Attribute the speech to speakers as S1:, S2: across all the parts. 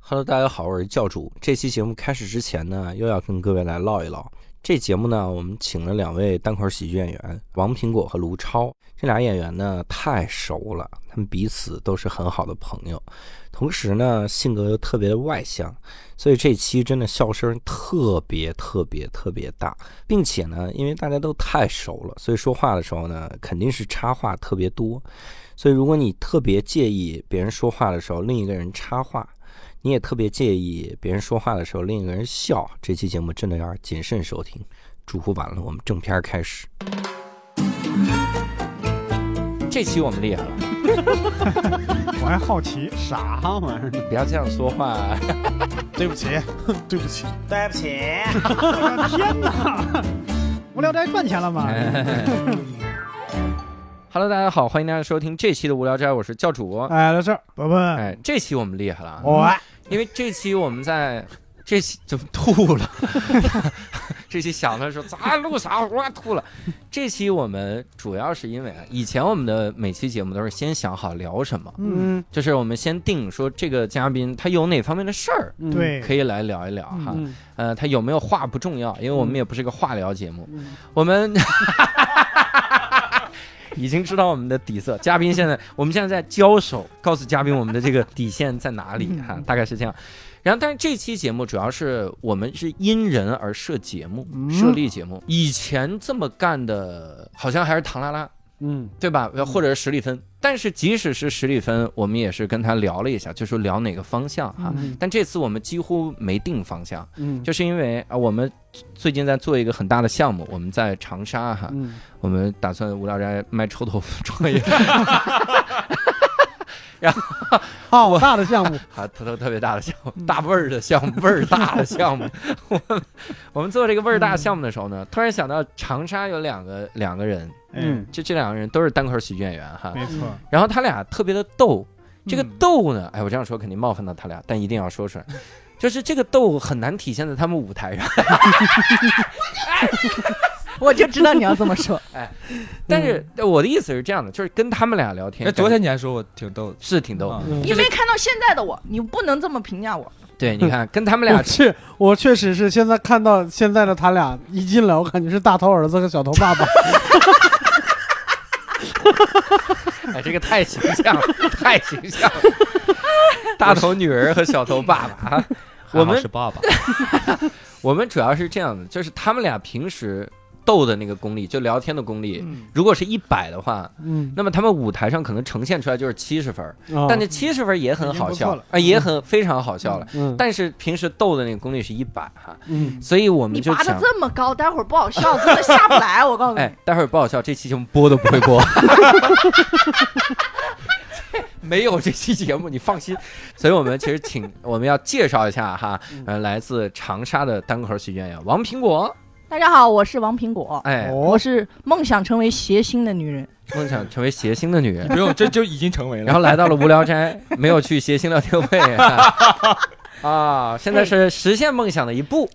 S1: Hello，大家好，我是教主。这期节目开始之前呢，又要跟各位来唠一唠。这节目呢，我们请了两位单口喜剧演员，王苹果和卢超。这俩演员呢太熟了，他们彼此都是很好的朋友，同时呢性格又特别的外向，所以这期真的笑声特别特别特别大，并且呢，因为大家都太熟了，所以说话的时候呢肯定是插话特别多。所以如果你特别介意别人说话的时候另一个人插话，你也特别介意别人说话的时候另一个人笑，这期节目真的要谨慎收听。祝福完了，我们正片儿开始。这期我们厉害了，
S2: 我还好奇，
S3: 啥玩意儿？
S1: 不要这样说话。
S4: 对不 起，对不起，
S3: 对不起，
S2: 哎天 哪！无聊斋赚钱了吗？
S5: 哎
S1: Hello，大家好，欢迎大家收听这期的无聊斋，我是教主。
S2: 哎，老师，伯伯，
S1: 哎，这期我们厉害了啊，
S2: 我
S1: 因为这期我们在这期怎么吐了？ 这期想的时候，咋录啥活儿吐了？这期我们主要是因为啊，以前我们的每期节目都是先想好聊什么，
S2: 嗯，
S1: 就是我们先定说这个嘉宾他有哪方面的事儿
S2: 嗯对，
S1: 可以来聊一聊哈。
S2: 嗯，
S1: 呃，他有没有话不重要，因为我们也不是个话聊节目，
S2: 嗯
S1: 我们 已经知道我们的底色。嘉宾现在，我们现在在交手，告诉嘉宾我们的这个底线在哪里哈、大概是这样。然后，但是这期节目主要是我们是因人而设节目，
S2: 嗯
S1: 设立节目。以前这么干的，好像还是唐拉拉，
S2: 嗯，
S1: 对吧？或者是史蒂芬。但是即使是史蒂芬，我们也是跟他聊了一下，就说聊哪个方向
S5: 啊
S1: 哈、
S2: 嗯
S1: 但这次我们几乎没定方向，
S2: 嗯，
S1: 就是因为啊，我们最近在做一个很大的项目，我们在长沙哈，
S2: 嗯，
S1: 我们打算无聊斋卖臭豆腐创业，
S2: 好大的项 目，
S1: 啊，特特特别大的项目，
S5: 嗯
S1: 大味儿的项目，味儿大的项目。我们我们做这个味儿
S5: 嗯
S1: 大项目的时候呢，突然想到长沙有两个两个人，
S2: 嗯
S1: 就这两个人都是单口喜剧演员哈
S5: 嗯
S4: 哎，，没错，
S1: 然后他俩特别的逗，这个
S2: 嗯
S1: 逗呢，哎，我这样说肯定冒犯到他俩，但一定要说出来，就是这个逗很难体现在他们舞 台上。
S6: 我就知道你要这么 说。
S1: 但是呃我的意思是这样的，就是跟他们俩聊
S5: 嗯
S1: 天，
S5: 哎，昨天你还说我挺逗的，
S1: 是挺逗的
S5: 啊。
S2: 嗯
S6: 你没看到现在的我，你不能这么评价我。
S1: 对，你看，跟他们
S2: 我
S1: 俩
S2: 确 我确实是现在看到现在的他俩一进来，我感觉是大头儿子和小头爸爸，
S1: 哎，这个太形象了，太形象了。 大头女儿和小头爸爸 啊，我
S5: 还好
S1: 们
S5: 是爸爸，
S1: 我们主要是这样的，就是他们俩平时斗的那个功力，就聊天的功力，
S2: 嗯
S1: 如果是一百的话，
S2: 嗯，
S1: 那么他们舞台上可能呈现出来就是七十分儿，
S2: 哦
S1: 但那七十分儿也很好
S4: 已经不错
S1: 笑
S4: 了嗯
S1: 啊、也很非常好笑了。
S2: 嗯
S1: 但是平时斗的那个功力是一百哈，
S2: 嗯，
S1: 所以我们
S6: 你
S1: 就
S6: 拔的
S1: 想。
S6: 这么高，待会儿不好笑，真的下 不来。我告诉你
S1: 哎，，待会儿不好笑，这期节目播都不会播， 没有这期节目，你放心。所以我们其实请我们要介绍一下哈，呃，来自长沙的单口喜剧演员王苹果，
S6: 大家好，我是王苹果，
S1: 哎，
S6: 我
S2: 哦，
S6: 是梦想成为谐星的女人。
S1: 梦想成为谐星的女人，
S5: 不用，这就已经成为
S1: 然
S5: 了。
S1: 后来到了无聊斋，没有去谐星聊天会。啊啊，现在是实现梦想的一步，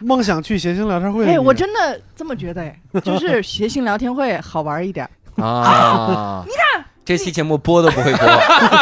S2: 梦想去谐星聊天会的女
S6: 哎，
S2: 人，
S6: 我真的这么觉 得，哎，就是谐星聊天会好玩一点。
S1: 啊！你看，这期节目播都不会播，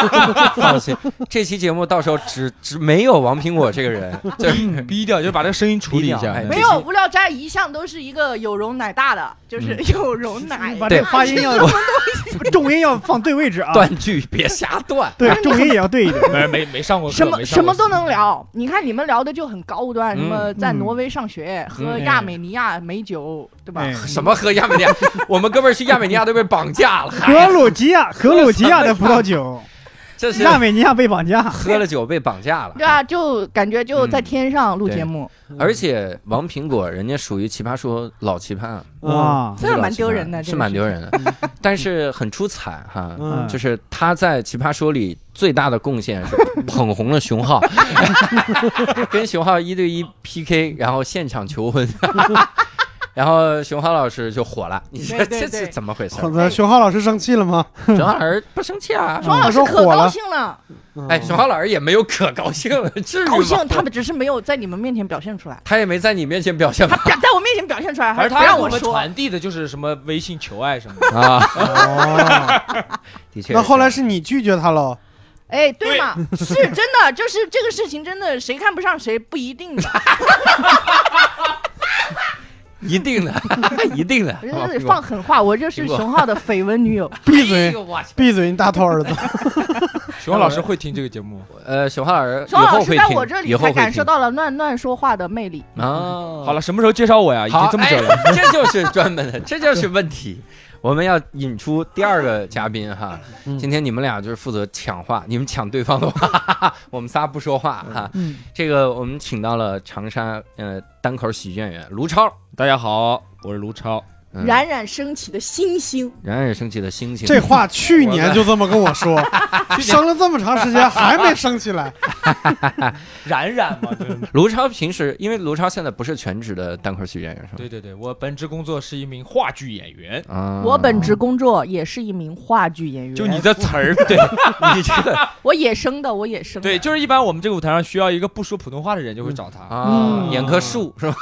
S1: 放心，这期节目到时候只只没有王苹果这个人，就是
S5: 逼掉，就把这个声音处理一
S1: 逼掉
S5: 下
S1: 哎。
S6: 没有，无聊斋一向都是一个有容乃大的，就是
S1: 嗯
S6: 有容乃
S2: 你
S6: 大。
S2: 把这
S1: 对
S2: 发音要 重音要放对位置啊，
S1: 断句别瞎断。
S2: 对，重音也要对一点，
S5: 没没没上过课
S6: 什么
S5: 没
S6: 什
S5: 上
S6: 么
S5: 过
S6: 都能聊，你看你们聊的就很高
S1: 嗯
S6: 端，什么在
S2: 嗯
S6: 挪威上学，喝
S1: 嗯
S6: 亚美尼亚美酒，对吧？
S2: 哎
S1: 什么喝亚美尼 亚？我们哥们儿去亚美尼亚都被绑架了，
S2: 格鲁吉
S5: 哎
S2: 亚格鲁吉亚的葡萄 酒，
S1: 这是
S2: 亚美尼亚被绑架，
S1: 喝了酒被绑 架了。
S6: 对啊，就感觉就在天上录
S1: 对
S6: 节目，
S2: 嗯
S1: 而且王苹果人家属于奇葩说老奇葩，
S5: 嗯
S2: 嗯哇，
S6: 真的蛮丢人的，
S1: 是蛮丢
S6: 人。
S1: 人的，
S6: 嗯
S1: 但是很出彩哈。
S2: 嗯
S1: 就，是他在《奇葩说》里最大的贡献是捧红了熊 浩，跟熊浩一对一 PK，然后现场求 婚，然后熊浩老师就火了。你说
S6: 对对
S1: 这是
S6: 对
S1: 怎么回事？
S2: 我操，熊浩老师生气了吗？
S7: 嗯
S1: 熊浩老师不生气啊？
S7: 哦
S6: 庄老师可高兴了，
S1: 哎，熊浩老师也没有可高兴 了，至于
S6: 高兴
S1: 吗？，
S6: 他们只是没有在你们面前表现 出来，
S1: 他也没在你面前 表现
S6: 他
S1: 吧？
S6: 表在我面前表现出来，还
S5: 而
S6: 不
S5: 他
S6: 让
S5: 给我
S6: 我
S5: 们
S6: 说。
S5: 传递的就是什么微信求爱什么的，
S1: 啊，
S2: 哦，
S1: 的确。
S2: 那后来是你拒绝他喽？
S6: 哎，对嘛，是真的，就是这个事情真的谁看不上谁不一定的，
S1: 一定的， 一定的。
S6: 我就得放狠话，我就是
S1: 苹果
S6: 熊浩的绯闻女友。
S5: 闭嘴，
S7: 哎我去！
S5: 闭嘴，你大头儿子！
S7: 熊浩老师会听这个节目。
S1: 呃，小花老师以
S6: 熊浩
S1: 后
S6: 老师
S1: 会
S6: 在我这
S1: 听，以
S6: 里
S1: 后
S6: 才
S1: 会
S6: 感受
S1: 听
S6: 到了乱乱说话的魅力。
S1: 啊。
S7: 好了，什么时候介绍我呀？已
S1: 好，
S7: 经这么久了。
S1: 哎， 这就是专门的，这就是问题。我们要引出第二个嘉宾哈，
S5: 嗯
S1: 今天你们俩就是负责抢话，你们抢对方的话， 我们仨不说话哈。
S5: 嗯
S1: 这个我们请到了长沙呃单口喜剧演员卢超，
S7: 大家好，我是卢超。
S1: 嗯
S6: 冉冉升起的星星，
S1: 冉冉升起的星星，
S5: 这 话去年就这么跟我说，生了这么长时间还没生 起来。
S7: 冉冉 嘛，真的
S1: 卢超平时因为卢超现在不是全职的单口喜剧演员是吧？
S7: 对对对，我本职工作是一名话剧演员。
S1: 啊，
S6: 我本职工作也是一名话剧演员。
S7: 就你这词 儿， 对你这个，
S6: 我野生的，我野生的。
S7: 对，就是一般我们这个舞台上需要一个不说普通话的人，就会找他。
S1: 啊
S6: 嗯，
S1: 演棵树是吧？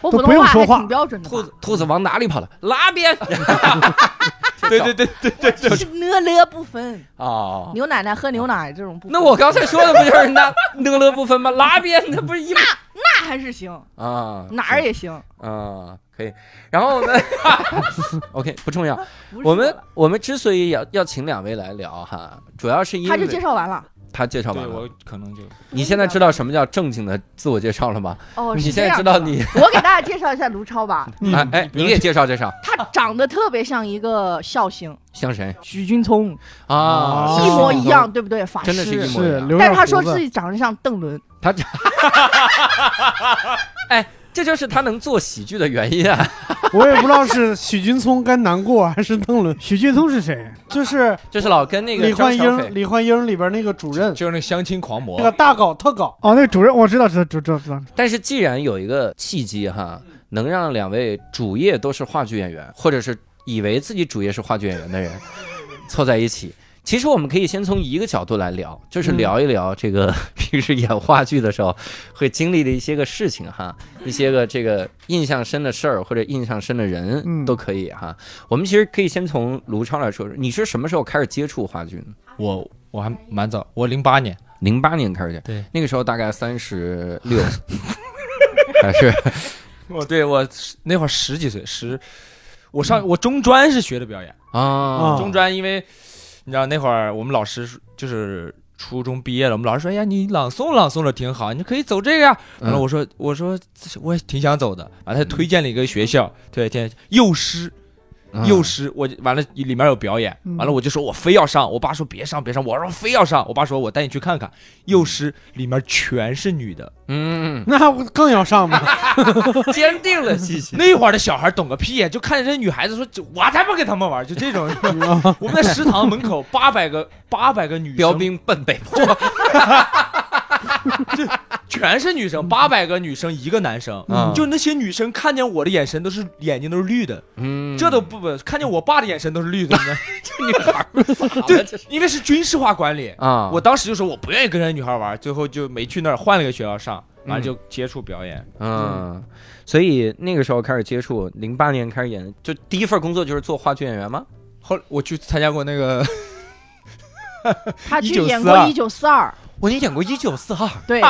S6: 我
S5: 都不
S6: 普通
S5: 用
S6: 话
S5: 说
S6: 还
S5: 话
S6: 挺标准的吧。
S1: 兔子兔子往哪里跑了？拉边。
S7: 对对对对 对对，
S6: 是呢了不分，
S1: 哦，
S6: 牛奶奶喝牛奶这种不分。
S1: 那我刚才说的不就是那那乐不分吗？拉边那不是一
S6: 那还是行，
S1: 啊
S6: 哪儿也行。
S1: 啊可以。然后呢 ，OK 不 重要。
S6: 不是
S1: 我们我们之所以要要请两位来聊哈，主要是因
S6: 他
S1: 为
S6: 就介绍完了。
S1: 他介绍完
S7: 对
S1: 了。
S7: 我可能就
S1: 你现在知道什么叫正经的自我介绍了吗？
S6: 哦，
S1: 你
S6: 是这
S1: 现在
S6: 样
S1: 知道
S6: 的
S1: 你，
S6: 我给大家介绍一下卢超吧，
S2: 嗯
S1: 哎哎，你给介绍介绍，
S6: 他长得特别像一个笑星，
S1: 像谁
S6: 许君聪
S1: 啊？
S5: 哦
S6: 一模一样，对不对？法师
S1: 真的是一模
S5: 是，留点
S6: 但是他说
S5: 胡
S6: 自
S5: 子。
S6: 己长得像邓伦，
S1: 这就是他能做喜剧的原因啊！
S5: 我也不知道是许君聪该难过还是邓伦，
S2: 许俊聪是谁？
S5: 就是
S1: 就是老跟那个
S5: 李
S1: 张
S5: 焕
S1: 小斐
S5: 英，李焕英里边那个主任，
S7: 就是那相亲狂
S5: 那个
S7: 魔，
S5: 大搞特搞。
S2: 哦，那个主任，我知道，知道，知道，知道知道。
S1: 但是既然有一个契机哈，能让两位主业都是话剧演员，或者是以为自己主业是话剧演员的人 凑在一起，其实我们可以先从一个角度来聊，就是聊一聊这
S7: 嗯
S1: 个 平时演话剧的时候会经历的一些个事情哈，一些个这个印象深的事儿或者印象深的人
S2: 嗯
S1: 都可以哈。
S7: 嗯
S1: 我们其实可以先从卢超来说，你是什么时候开始接触话剧呢？
S7: 我我还蛮早，我零八年，
S1: 零八年开始接，
S7: 对，
S1: 那个时候大概三十六， 还 是
S7: 我对我十那会儿十几岁，十，我上我中专是学的表演，
S1: 啊
S7: 哦
S5: 啊
S7: 中专因为你知道那会儿我们老师说就是初中毕业了，我们老师说，哎呀，你朗诵朗诵的挺好，你可以走这个呀。
S1: 嗯
S7: 然后我说我说我也挺想走的，完了他推荐了一个学校，
S1: 嗯
S7: 推荐幼师幼师，我就完了里面有表演，
S2: 嗯
S7: 完了我就说我非要上，我爸说别上别上，我说非要上，我爸说我带你去看看，幼师里面全是女的，
S1: 嗯，
S5: 那我更要上吧？
S1: 坚定了信 心。
S7: 那会儿的小孩懂个屁呀，就看着这女孩子说，这我才不跟他们玩，就这种。 我们在食堂门口八百个八百个女生，
S1: 标兵奔北坡，
S7: 全是女生，八百个女生一个男生。
S1: 嗯
S7: 就那些女生看见我的眼神都是眼睛都是绿的，
S1: 嗯
S7: 这都不不看见我爸的眼神都是绿的，
S1: 女孩儿
S7: 对，因为是军事化管理。
S1: 啊
S7: 我当时就说我不愿意跟这女孩玩，最后就没去那儿，换了个学校上，完了就接触表演。
S1: 嗯，所以那个时候开始接触，零八年开始演，就第一份工作就是做话剧演员吗？
S7: 后来我去参加过那个，
S6: 他去演过《
S7: 1942
S6: 一九四二
S1: 我你演过一九四二，》，
S6: 对，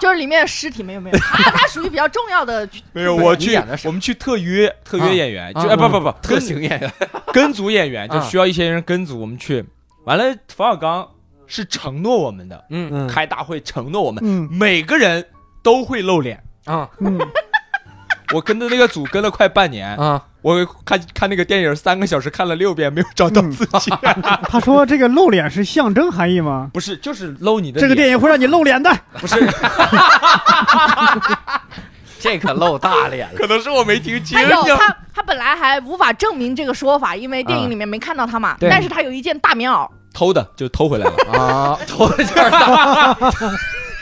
S6: 就是里面尸体没有没有，他他属于比较重 要的，
S7: 没有
S1: 我
S7: 我
S1: 去
S7: 去，我们去特约特
S1: 啊
S7: 约演员，就
S1: 啊
S7: 哎不不不
S1: 特
S7: 跟
S1: 型演员
S7: 跟组演员，就
S1: 啊
S7: 需要一些人跟组，我们去。完了，冯小刚是承诺我们的，
S1: 嗯
S5: 嗯，
S7: 开大会承诺我们
S2: 嗯
S7: 每个人都会露脸。
S1: 啊
S2: 嗯，
S7: 我跟着那个组跟了快半年，
S1: 啊，
S7: 我看看那个电影三个小时，看了六遍，没有找到自己。
S2: 他说这个露脸是象征含义吗？
S7: 不是，就是露你的
S2: 这个电影会让你露脸的。
S7: 影不是，
S1: 这可露大脸了。
S7: 可能是我没听清
S6: 他。有他他本来还无法证明这个说法，因为电影里面没看到他嘛，
S1: 嗯对
S6: 但是他有一件大棉袄，
S7: 偷的就偷回来了，
S1: 啊，头这儿大，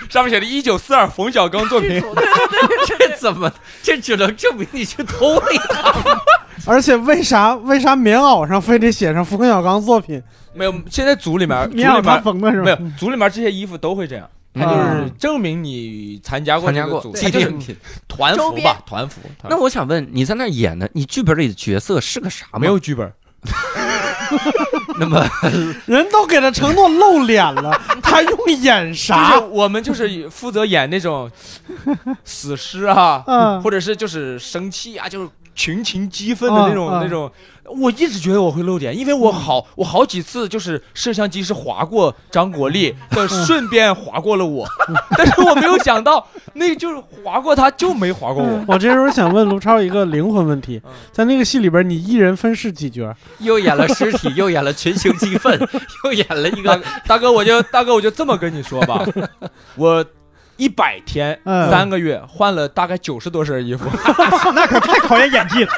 S7: 上面写的“一九四二”冯小刚作品。
S1: 这怎么？这只能证明你去偷了一个。
S5: 而且为啥为啥棉袄上非得写上冯小刚作品？
S7: 没有，现在组里面啊组里
S2: 你让他
S7: 面
S2: 缝的是
S7: 没有
S2: 吧？
S7: 组里面这些衣服都会这样，
S1: 嗯
S5: 啊
S7: 就是证明你参加过
S1: 参加
S7: 这个
S1: 过
S7: 组，
S1: 既
S7: 它就是
S1: 定品。
S7: 团
S6: 周
S7: 服
S6: 边
S7: 吧，团服。团服
S1: 那我想问，你在那儿演的，你剧本里的角色是个啥吗？
S7: 没有剧本，
S8: 那么
S5: 人都给他承诺露脸了，他用演
S8: 就是
S5: 啥？
S8: 我们就是负责演 那种死尸啊，
S2: 嗯
S8: 或者是就是生气啊，就是群情激愤的那种、
S2: 嗯嗯嗯
S8: 那种。我一直觉得我会露脸，因为我好我好几次就是摄像机是划过张国立，
S2: 嗯
S8: 但顺便划过了我， 但是我没有想到，那个就是划过他就没划过我。
S2: 嗯
S5: 我这时候想问卢超一个灵魂问题
S8: 嗯，
S5: 在那个戏里边，你一人分饰几角？
S1: 又演了尸体，又演了群情 激愤，又演了一个
S8: 大哥大哥，我就大哥我就这么跟你说 吧，我一百天、
S2: 嗯
S8: 三个月换了大概九十多身衣服，
S2: 那可太考验演 技了。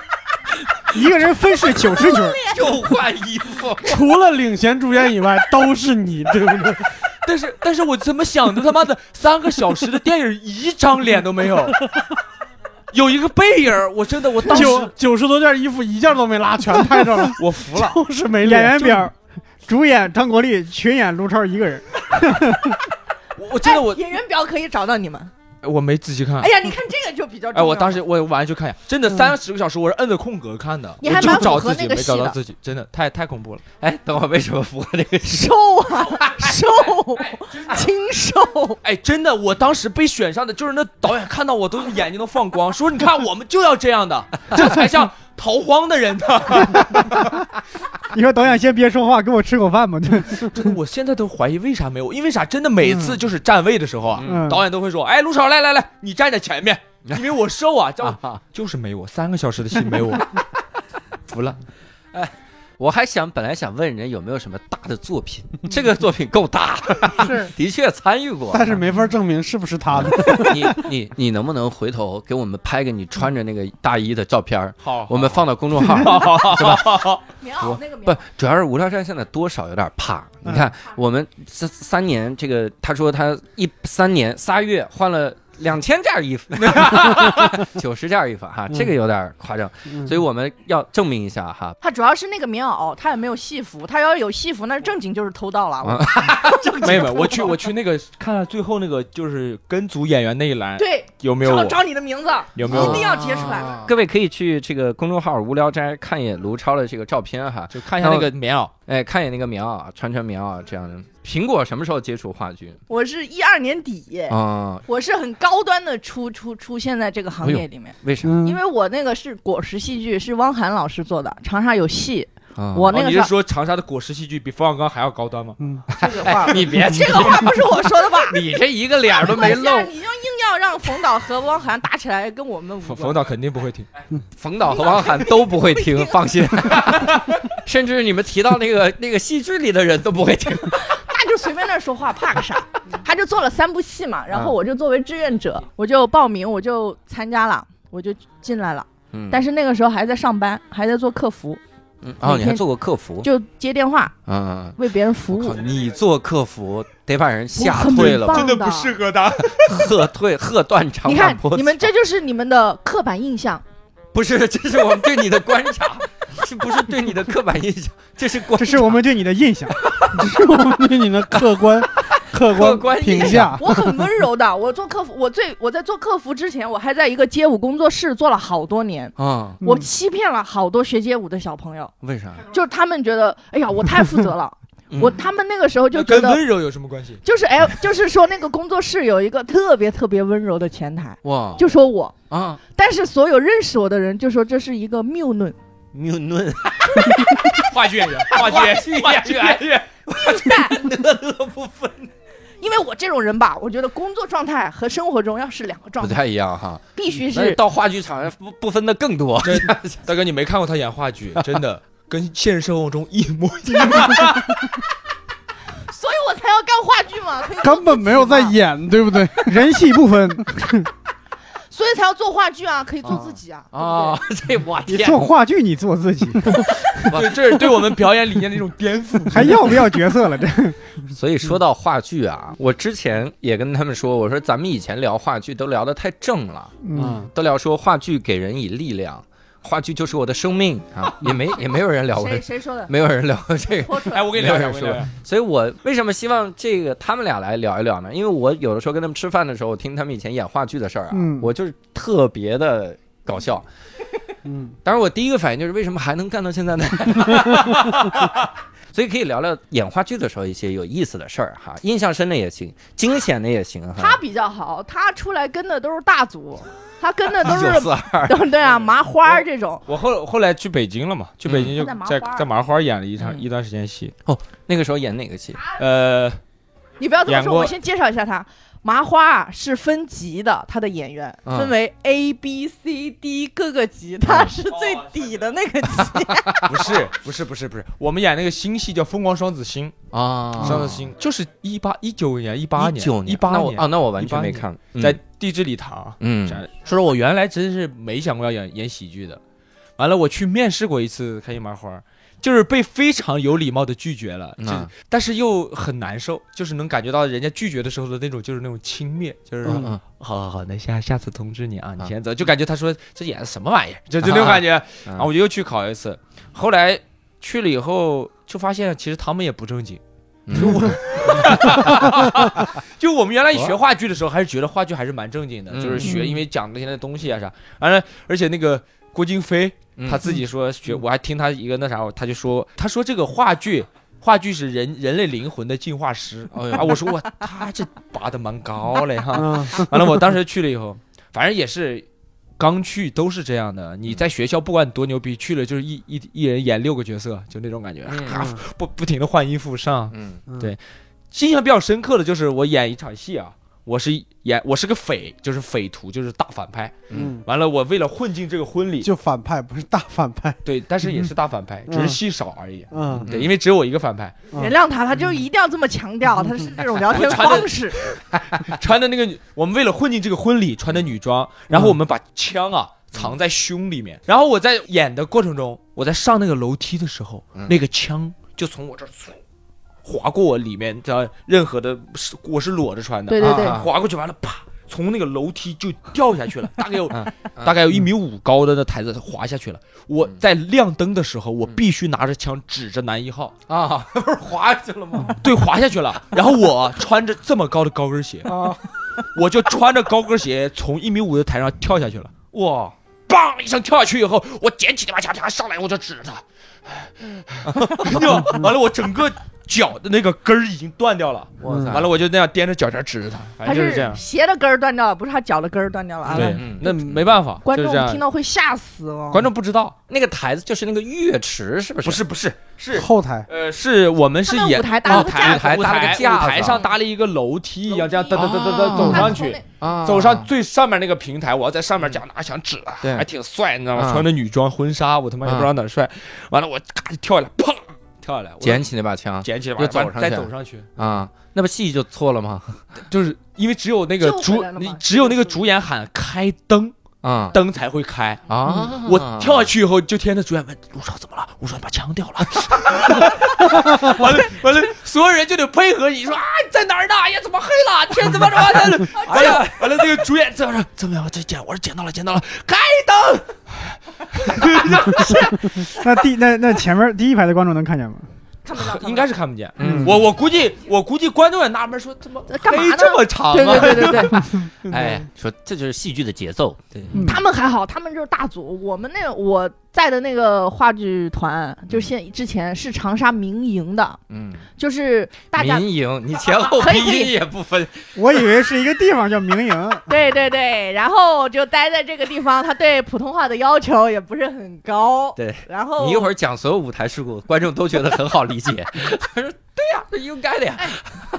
S2: 一个人分饰九十角，
S1: 又换衣服。
S5: 除了领衔主演以外，都是你，对不对？
S8: 但是 但是我怎么想的？他妈的三个小时的电影，一张脸都 没有，有一个背影儿，我真的我当时
S5: 九九十多件衣服一件都没拉，全拍着了，
S8: 我服了。
S5: 都是没
S2: 演
S5: 脸
S2: 员表，主演张国立，群演卢超一个人。
S8: 我我真的
S6: 哎
S8: 我
S6: 演员表可以找到你们。
S8: 我没仔细看
S6: 哎。呀，你看这个就比较重
S8: 哎，
S6: 要。嗯
S8: 我当时我晚上去看一下，真的三十个小时我是摁着空格看的，
S6: 你
S8: 我
S6: 还
S8: 就
S6: 蛮
S8: 找
S6: 符合
S8: 自己
S6: 那个
S8: 没找
S6: 戏
S8: 到
S6: 的
S8: 自己，真的太太恐怖了。
S1: 哎，等我为什么符合这个戏？
S6: 瘦啊，瘦，清瘦。
S8: 哎，真的，我当时被选上的就是那导演看到我都眼睛都放光，说你看我们就要这 样的，这才像逃荒的人 呢。
S2: 你说导演先别说话，给我吃口饭吧。对，
S8: 真的，我现在都怀疑为啥没有，因为啥？真的每次
S6: 嗯
S8: 就是站位的时候啊，
S2: 嗯，
S8: 导演都会说：“哎，卢超，来来来，你站在前 面，因为我瘦啊。”这样
S1: 啊
S8: 就是没我，三个小时的戏 没我，服了。
S1: 我还想本来想问人有没有什么大的作 品，这个作品够大，
S2: 是
S1: 的确参与过。
S5: 但是没法证明是不是他的。
S1: 你你你能不能回头给我们拍个你穿着那个大衣的照片儿？
S8: 好
S1: 我们放到公众号，是吧？
S6: 棉袄那个棉
S1: 不
S6: 袄，，
S1: 主要是无聊斋现在多少有点怕。你看，我们三三年，这个他说他一三年仨月换了两千件衣服， 九十件衣服哈，这个有点夸张，所以我们要证明一下哈。
S6: 他主要是那个棉袄，他也没有戏服。他要是有戏服，那正经就是偷盗了。我
S1: 啊
S8: 妹妹，我去我去那个看看最后那个就是跟组演员那一栏
S6: 对，
S8: 有没有
S6: 找
S8: 我，
S6: 找你的名字，
S8: 有没有
S6: 一定
S8: 我，
S6: 要截出来。
S1: 各位可以去这个公众号“无聊斋”看一眼卢超的这个照片哈，
S8: 就看一下那个棉袄。
S1: 哎，看一眼那个棉袄啊，穿穿棉袄这样的。苹果什么时候接触话剧
S6: 我是一二年底，
S1: 啊？
S6: 我是很高端的出出出现在这个行
S1: 哎
S6: 业
S1: 呦
S6: 里面，
S1: 为啥？
S5: 嗯，
S6: 因为我那个是果实戏剧，是汪涵老师做的，长沙有戏。
S1: 啊
S6: 我那
S8: 哦，
S6: 个
S8: 你
S6: 时
S8: 是
S6: 候
S8: 说长沙的果实戏剧比冯小刚还要高端吗？
S6: 这个话，
S1: 你别
S6: 这个话不是我说的吧？
S1: 你这一个脸儿都没
S6: 关系
S1: 露
S6: 啊，，你就硬要让冯导和汪涵打起来，跟我们无
S8: 冯冯
S6: 关。
S8: 导肯定不会听。
S1: 冯导和王涵都不会听，放心。甚至你们提到那个那个戏剧里的人都不会听。
S6: 那就随便乱说话，怕 个啥？
S1: 嗯
S6: 他就做了三部戏嘛，然后我就作为志愿者，我就报名，我就参加了，我就进来了。
S1: 嗯
S6: 但是那个时候还在上班，还在做客服，
S1: 嗯哦，
S6: 每
S1: 你
S6: 天
S1: 还做过客服？
S6: 就接电话
S1: 嗯，
S6: 为别人服务
S1: 靠，，你做客服得把人
S6: 我
S1: 吓
S6: 很
S1: 退了吧，
S6: 棒
S8: 合他。
S1: 喝退喝断肠
S6: 你
S1: 万
S6: 看
S1: 波，
S6: 你们这就是你们的刻板 印象。
S1: 不是，这是我们对你的观察，是不是对你的刻板印象？这是观
S2: 这是我们对你的印象。
S5: 我对你的客观客
S1: 客
S5: 观
S1: 观
S5: 评 价，
S6: 我很温柔的，我做客服，我最我在做客服之前，我还在一个街舞工作室做了好多年，
S1: 啊、
S6: 我
S2: 嗯
S6: 欺骗了好多学街舞的小朋友，
S1: 为啥？
S6: 就是他们觉得，哎呀，我太负责 了，
S1: 嗯
S6: 我他们那个时候就
S8: 那
S6: 觉
S8: 跟
S6: 得。
S8: 温柔有什么关系？
S6: 就是哎，就是说那个工作室有一个特别特别温柔的前台，
S1: 哇
S6: 就说我，
S1: 啊，
S6: 但是所有认识我的人就说这是一个谬 论，
S1: 谬论，
S8: 话剧演员，话剧演员，话剧演员。
S6: 因为我这种人吧，我觉得工作状态和生活中要是两个状
S1: 不
S6: 态，
S1: 太一样哈。
S6: 必须
S1: 那
S6: 是
S1: 到话剧场不不分的更多。
S8: 真大哥，你没看过他演话剧，真的跟现实生活中一模一样。
S6: 所以我才要干话剧嘛，可以
S5: 根本没有在演，对不对？
S2: 人戏不分，
S6: 所以才要做话剧啊，可以做自己啊。
S1: 啊、 这我
S2: 你
S1: 天！
S2: 做话剧你做自己，
S8: 对，这是对我们表演理念的一种颠覆。
S2: 还要不要角色了？这
S1: 所以说到话剧啊，我之前也跟他们说，我说咱们以前聊话剧都聊得太正了，
S2: 嗯，
S1: 都聊说话剧给人以力量，话剧就是我的生命啊，也没也没有人
S8: 啊
S1: 聊过，
S6: 谁谁说的？
S1: 没有人聊过这个。
S6: 泼出
S8: 哎，
S6: 来。
S8: 我给你聊一下，
S1: 没
S8: 我
S1: 有人
S8: 给你聊一下。
S1: 所以我为什么希望这个他们俩来聊一聊呢？因为我有的时候跟他们吃饭的时候，我听他们以前演话剧的事儿啊，
S2: 嗯
S1: 我就是特别的搞笑。
S5: 嗯
S1: 当然，我第一个反应就是为什么还能干到现在呢？所以可以聊聊演话剧的时候一些有意思的事儿哈，印象深的也行，惊险的也行
S8: 啊
S6: 他
S1: 哈。
S6: 比较好，他出来跟的都是大 组，他跟的都
S1: 一九四
S6: 是
S1: 二，
S6: 对对啊，麻花儿这种。
S8: 嗯我后后来去北京了嘛，去北京就
S6: 嗯他在麻
S8: 在
S6: 花
S8: 在麻花演了一场
S1: 嗯
S8: 一段时间戏，
S1: 那个时候演哪个戏？
S8: 呃，
S6: 你不要这么
S8: 演
S6: 说，
S8: 过
S6: 我先介绍一下他。麻花是分级的，他的演员
S1: 嗯
S6: 分为 A、B、C、D 各个级，
S8: 嗯
S6: 他是最底的那
S8: 哦
S6: 个级。
S8: 不是不是不是不是，我们演那个新戏叫《疯狂双子星
S1: 啊》，
S8: 双子星就是一八一九年一八年
S1: 九
S8: 一
S1: 那
S8: 八
S1: 我啊，
S8: 年
S1: 那我完全没
S8: 18年
S1: 看。嗯
S8: 在地质礼堂。
S1: 嗯
S8: 啥的说说我原来真是没想过要演演喜剧的，完了我去面试过一次开心麻花，就是被非常有礼貌的拒绝了，就是
S1: 啊
S8: 但是又很难受，就是能感觉到人家拒绝的时候的那种就是那种轻蔑，就是说、
S1: 嗯嗯
S8: 好好好，那下下次通知你啊，你
S1: 啊
S8: 先走，就感觉他说这演的什么玩意儿，就就那种感觉，然后我就又去考一次，后来去了以后就发现其实他们也不正经。
S1: 嗯
S8: 就我，就我们原来学话剧的时候，还是觉得话剧还是蛮正经的，
S1: 嗯
S8: 就是学，
S5: 嗯
S8: 因为讲的现在东西啊啥，完了，而且那个郭京飞
S1: 嗯
S8: 他自己说学，我还听他一个那啥，他就说，他说这个话剧，话剧是人人类灵魂的进化史
S1: 哎呦
S8: 啊！我说我他这拔的蛮高嘞哈。
S5: 啊，
S8: 完了，我当时去了以后，反正也是刚去都是这样的。你在学校不管你多牛逼，去了就是一一一人演六个角色，就那种感觉，
S1: 嗯
S8: 哈不不停的换衣服上。
S1: 嗯
S5: 嗯
S8: 对印象比较深刻的就是我演一场戏啊，我是演我是个匪，就是匪徒，就是大反派。
S5: 嗯，
S8: 完了，我为了混进这个婚礼，
S5: 就反派不是大反派，
S8: 对，但是也是大反派，
S5: 嗯
S8: 只是戏少而已。
S5: 嗯
S8: 对，因为只有我一个反派，
S5: 嗯
S6: 原谅他，他就一定要这么强调，他是这种聊 天方式。
S8: 嗯穿的那个女，我们为了混进这个婚礼，穿的女装，然后
S5: 嗯
S8: 我们把枪啊藏在胸里面，然后我在演的过程中，我在上那个楼梯的时候，
S1: 嗯
S8: 那个枪就从我这儿嗖划过我里面的任何的，是我是裸着穿的，
S6: 对对对，
S1: 啊
S8: 划过去完了，啪，从那个楼梯就掉下去了，大概有
S1: 嗯嗯
S8: 大概有一米五高的那台子滑下去了。我在亮灯的时候，我必须拿着枪指着男一号，
S1: 嗯啊， 不是滑下去了吗？
S8: 对，滑下去了。然后我穿着这么高的高跟鞋，
S5: 啊
S8: 我就穿着高跟鞋从一米五的台上跳下去了。哇！梆一声跳下去以后，我捡起那把枪，啪上来我就指着他， 就完了，我整个脚的那个根儿已经断掉了。
S1: 哇塞！
S8: 完了，我就那样踮着脚尖指着他，反
S6: 他
S8: 正就是这
S6: 是
S8: 样。
S6: 鞋的根儿断掉了，不是他脚的根儿断掉了啊。
S8: 对
S1: 嗯，
S8: 那没办法，
S6: 观
S8: 就是
S6: 众
S8: 这样
S6: 听。到会吓死哦。
S8: 观众不知道，
S1: 那个台子就是那个乐池，是不是？
S8: 不是不是是
S5: 后台
S8: 呃，是我们是
S6: 他们
S8: 演
S6: 舞台搭了
S8: 哦
S6: 个
S8: 台
S1: 架子
S8: 舞
S1: 搭了个
S8: 台
S1: 架
S8: 舞
S1: 子
S8: 台上搭了一个楼梯一样，这样
S6: 楼
S8: 哒
S6: 梯
S8: 哒哒哒哒
S1: 啊
S8: 走
S6: 他
S8: 上
S6: 从
S8: 去
S6: 那，
S1: 啊，
S8: 走上最上面那个平台，我要在上面讲拿响指啊，
S1: 对
S8: 还挺帅，你知道吗？
S1: 啊
S8: 穿着女装婚纱，我他妈也不知道哪儿帅。完了，我咔就跳下来，砰跳下来，我
S1: 捡起那把枪
S8: 捡起来，
S1: 就
S8: 完
S1: 走上
S8: 再
S1: 去
S8: 走上去，
S1: 啊，那不戏就错了吗？
S8: 就是因为只有那个
S6: 救回
S8: 主
S6: 来了，嘛
S8: 你只有那个主演喊开灯，
S1: 啊
S8: 灯才会开。
S1: 啊！
S8: 我跳下去以后，就听到主演问陆少怎么了？陆少把枪掉了。 完了完了，所有人就得配合你说啊，在哪儿呢？哎呀，怎么黑了？天怎么怎么的？ 哎呀，完了那个主演在那儿怎么样？这捡，我说捡到了，捡到了，开灯。
S2: 那第那那前面第一排的观众能看见吗？
S6: 看不到，看不到
S8: 应该是看不见。
S1: 嗯
S8: 我我估计我估计观众也纳闷说怎么
S6: 呃干嘛
S8: 黑
S6: 呢
S8: 这么长
S6: 对对
S8: 啊？
S6: 对对对，嗯
S1: 哎，说这就是戏剧的节奏，对，
S2: 嗯
S6: 他们还好，他们就是大组。我们那我在的那个话剧团，就是现之前是长沙民营的，
S1: 嗯，
S6: 就是大家
S1: 民营，你前后
S6: 可
S1: 鼻
S6: 以可以
S1: 音也不分，
S2: 我以为是一个地方叫明营，
S6: 对对对，然后就待在这个地方，他对普通话的要求也不是很高。
S1: 对，
S6: 然后
S1: 你一会儿讲所有舞台事故，观众都觉得很好理 解。他说：“对呀、这应该的呀。
S6: 哎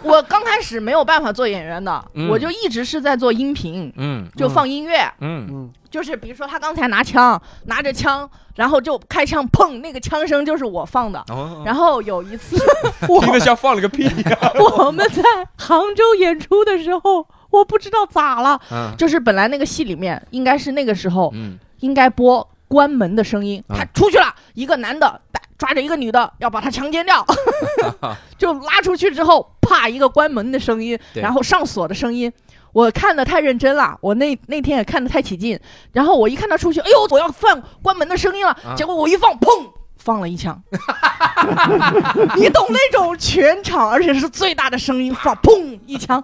S6: 我刚开始没有办法做演员的，
S1: 嗯
S6: 我就一直是在做音频，
S1: 嗯
S6: 就放音乐，”
S1: 嗯
S5: 嗯
S6: 就是比如说他刚才拿枪，拿着枪，然后就开枪，砰，那个枪声就是我放的。
S1: 哦，
S6: 然后有一 次，
S8: 听着像放了个屁一样。
S6: 我们在杭州演出的时候，我不知道咋了，
S1: 嗯
S6: 就是本来那个戏里面应该是那个时候
S1: 嗯
S6: 应该播关门的声音，
S1: 嗯
S6: 他出去了，一个男的打抓着一个女的要把她强 奸掉，就拉出去之后，啪一个关门的声音，
S1: 对
S6: 然后上锁的声音。我看的太认真了，我那那天也看的太起劲，然后我一看他出去，哎呦，我要放关门的声音了，
S1: 啊
S6: 结果我一放，砰，放了一枪。 你懂那种全场，而且是最大的声音放，砰一枪，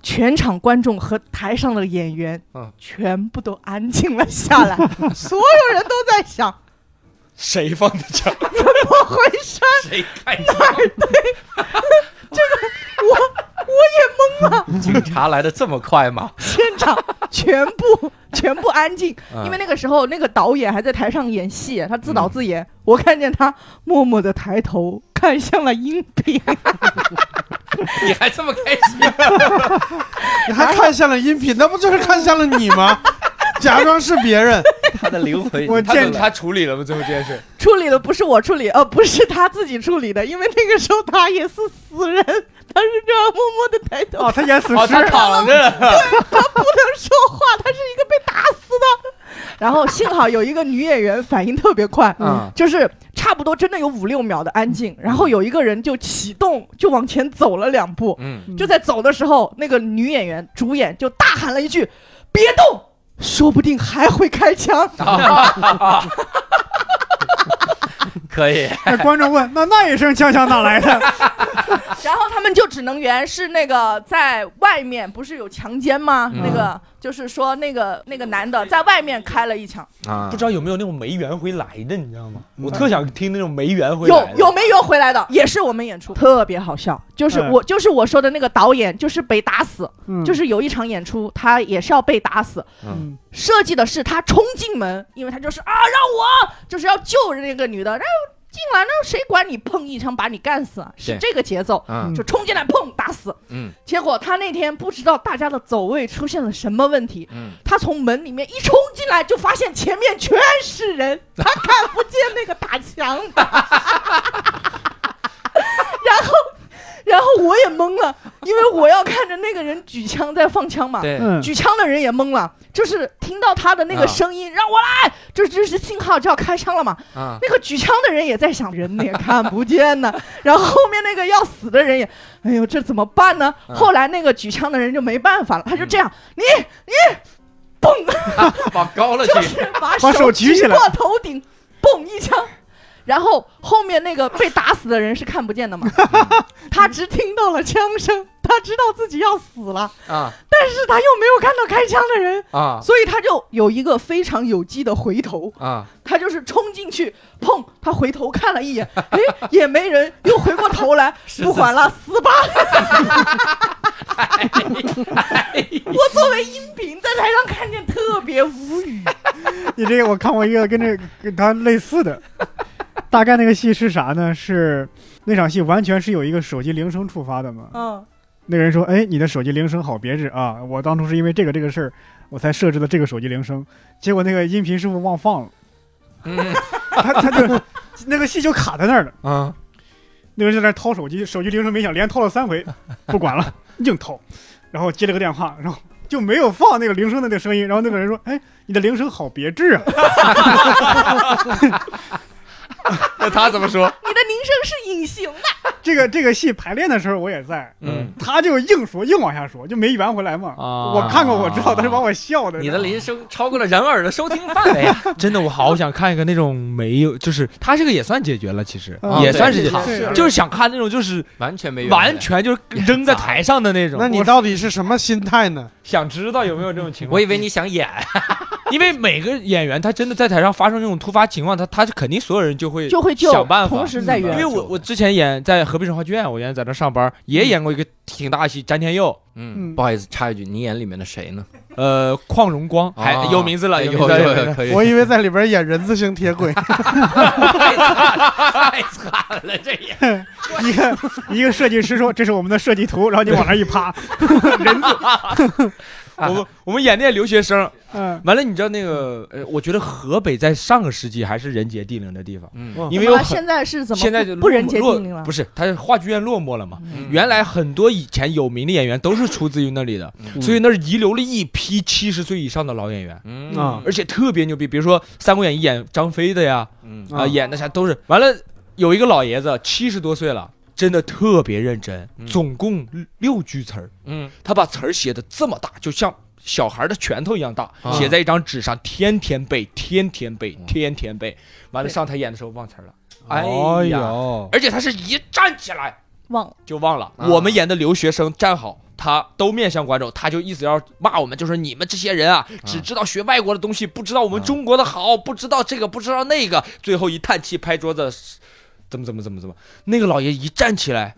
S6: 全场观众和台上的演员，
S1: 嗯
S6: 全部都安静了下来，所有人都在想
S8: 谁放的假？
S6: 怎么回事，
S1: 谁看
S6: 哪儿对？这个我我也懵了，
S1: 警察来的这么快吗？
S6: 现场全 部全部安静，因为那个时候那个导演还在台上演戏，他自导自演，我看见他默默的抬头看向了音频，
S1: 你还这么开心？
S4: 你还看向了音频，那不就是看向了你 吗？假装是别人，
S1: 他的灵魂，
S2: 我
S8: 他
S2: 见
S8: 他处理了吗？最后这件事，
S6: 处理的不是我处理，呃，不是他自己处理的，因为那个时候他也是死人， 他是这样默默的抬头，
S2: 哦，他演死
S8: 哦，
S2: 尸
S8: 他躺着了，
S6: 不能说话，他是一个被打死的。 然后幸好有一个女演员反应特别快，
S1: 嗯
S6: 就是差不多真的有五六秒的安静，然后有一个人就启动，就往前走了两步，
S1: 嗯，
S6: 就在走的时候，那个女演员主演就大喊了一句：“别动，说不定还会开枪。
S1: 可以。
S2: 那观众问：“那那一声枪响哪来的
S6: 然后他们就只能原是那个在外面不是有强奸吗？
S1: 嗯
S6: 那个就是说那个那个男的在外面开了一枪，
S1: 啊
S8: 不知道有没有那种没圆回来的，你知道吗？
S4: 嗯
S8: 我特想听那种没圆回
S6: 有
S8: 来的。
S6: 有没有回来的，也是我们演出，特别好笑。就是
S2: 嗯
S6: 我、就是我说的那个导演，就是被打死，
S5: 嗯
S6: 就是有一场演出他也是要被打死。
S5: 嗯
S6: 设计的是他冲进门，因为他就是啊，让我就是要救那个女的，然后进来那谁管你，砰一枪把你干死，啊是
S1: 对
S6: 这个节奏，
S1: 嗯
S6: 就冲进来砰打死。
S1: 嗯
S6: 结果他那天不知道大家的走位出现了什么问题，
S1: 嗯，
S6: 他从门里面一冲进来，就发现前面全是人， 他看不见那个打墙 的。然后，然后我也懵了，因为我要看着那个人举枪在放枪嘛。
S1: 对，
S5: 嗯，
S6: 举枪的人也懵了，就是听到他的那
S2: 啊
S6: 个声音，让我来，这这是信号就要开枪了嘛。
S1: 啊，
S6: 那个举枪的人也在想，人也看不见呢。然后后面那个要死的人也，哎呦，这怎么办呢？
S1: 嗯
S6: 后来那个举枪的人就没办法了，他就这样，
S2: 嗯
S6: 你你，嘣，
S1: 往高了
S6: 就
S1: 去，
S6: 是把
S2: 哎 把手举起来
S6: 过头顶，嘣一枪。然后后面那个被打死的人是看不见的嘛，
S2: 嗯
S6: 他只听到了枪声，他知道自己要死了，
S1: 啊
S6: 但是他又没有看到开枪的人，
S1: 啊
S6: 所以他就有一个非常有机的回头，
S1: 啊！
S6: 他就是冲进去，砰！他回头看了一 眼，哎，也没人，又回过头来，不管了，死吧！
S8: 哎
S6: 我作为音频在台上看见，特别无语。？”
S2: 你这个我看过一个跟这跟他类似的，大概那个戏是啥呢？是那场戏完全是有一个手机铃声触发的嘛？
S6: 嗯
S2: 那个人说：“哎，你的手机铃声好别致啊！我当初是因为这个这个事儿，我才设置的这个手机铃声。结果那个音频师傅忘放了，
S1: 嗯
S2: 他他就那个戏就卡在那儿了。
S1: 啊，
S2: 那个人在那儿掏手机，手机铃声没响，连掏了三回，不管了，硬掏，然后接了个电话，然后就没有放那个铃声的那个声音。然后那个人说：‘哎，你的铃声好别致啊
S1: 那他怎么说？
S6: 你的铃声是隐形的，！’
S2: 这个这个戏排练的时候我也在，
S1: 嗯，
S2: 他就硬说硬往下说，就没圆回来嘛。
S8: 啊
S2: 我看过，我知道，但是把我笑的。
S1: 你的铃声超过了人耳的收听范围啊！
S8: 真的，我好想看一个那种没有，就是他这个也算解决了，其实、
S2: 嗯
S8: 啊也算是
S1: 对
S8: 解
S2: 对
S8: 决，
S2: 对
S8: 就是想看那种就是
S1: 完全没
S8: 完全就是扔在台上的那种。
S4: 那你
S8: 我
S4: 到底是什么心态呢？
S8: 想知道有没有这种情况？
S1: 我以为你想演，
S8: 因为每个演员他真的在台上发生这种突发情况，他他肯定所有人就会
S6: 就会救，
S8: 想办法
S6: 同时在
S8: 因
S6: 原
S8: 为
S6: 地。
S8: 我我之前演在河北省话剧院，我原来在那上班，也演过一个挺大的戏《詹天佑》，
S1: 嗯，
S2: 嗯
S1: 不好意思插一句，你演里面的谁呢？
S8: 呃，邝荣光还
S1: 啊
S8: 有名字了，
S1: 有
S8: 名字了有名字
S1: 有
S8: 了
S1: 有，可以，
S4: 我以为在里边演人字形铁轨，
S1: 太惨了，太惨了，这也
S2: 一个一个设计师说：“这是我们的设计图。”然后你往那一 趴，人字。
S8: 我们我们演那些留学生，
S2: 嗯，
S8: 完了你知道那个呃，我觉得河北在上个世纪还是人杰地灵的地方，
S1: 嗯
S8: 因
S6: 怎
S8: 为有
S6: 么了
S8: 很
S6: 现在是怎么
S8: 现在就
S6: 不人杰
S8: 落
S6: 地灵了
S8: 不？是，他是话剧院落寞了嘛。
S6: 嗯
S8: 原来很多以前有名的演员都是出自于那里的，
S1: 嗯
S8: 所以那儿遗留了一批七十岁以上的老演员。
S1: 嗯
S4: 啊
S8: 而且特别牛逼，比如说《三国演义》演张飞的呀，
S1: 嗯
S8: 啊、演的啥都是。完了，有一个老爷子七十多岁了，真的特别认真，
S1: 嗯
S8: 总共六六句词儿，
S1: 嗯
S8: 他把词儿写的这么大，就像小孩的拳头一样大，
S1: 啊
S8: 写在一张纸上，天天背，天天背
S1: 嗯，
S8: 天天背。完了上台演的时候忘词儿了，
S1: 哎呀
S8: 而且他是一站起来
S6: 忘了
S8: 就忘了。
S1: 啊
S8: 我们演的留学生站好，他都面向观众，他就意思要骂我们，就说你们这些人啊，只知道学外国的东西，不知道我们
S1: 啊
S8: 中国的好，不知道这个，不知道那个。最后一叹气，拍桌子，怎么怎么怎么怎么，那个老爷一站起来，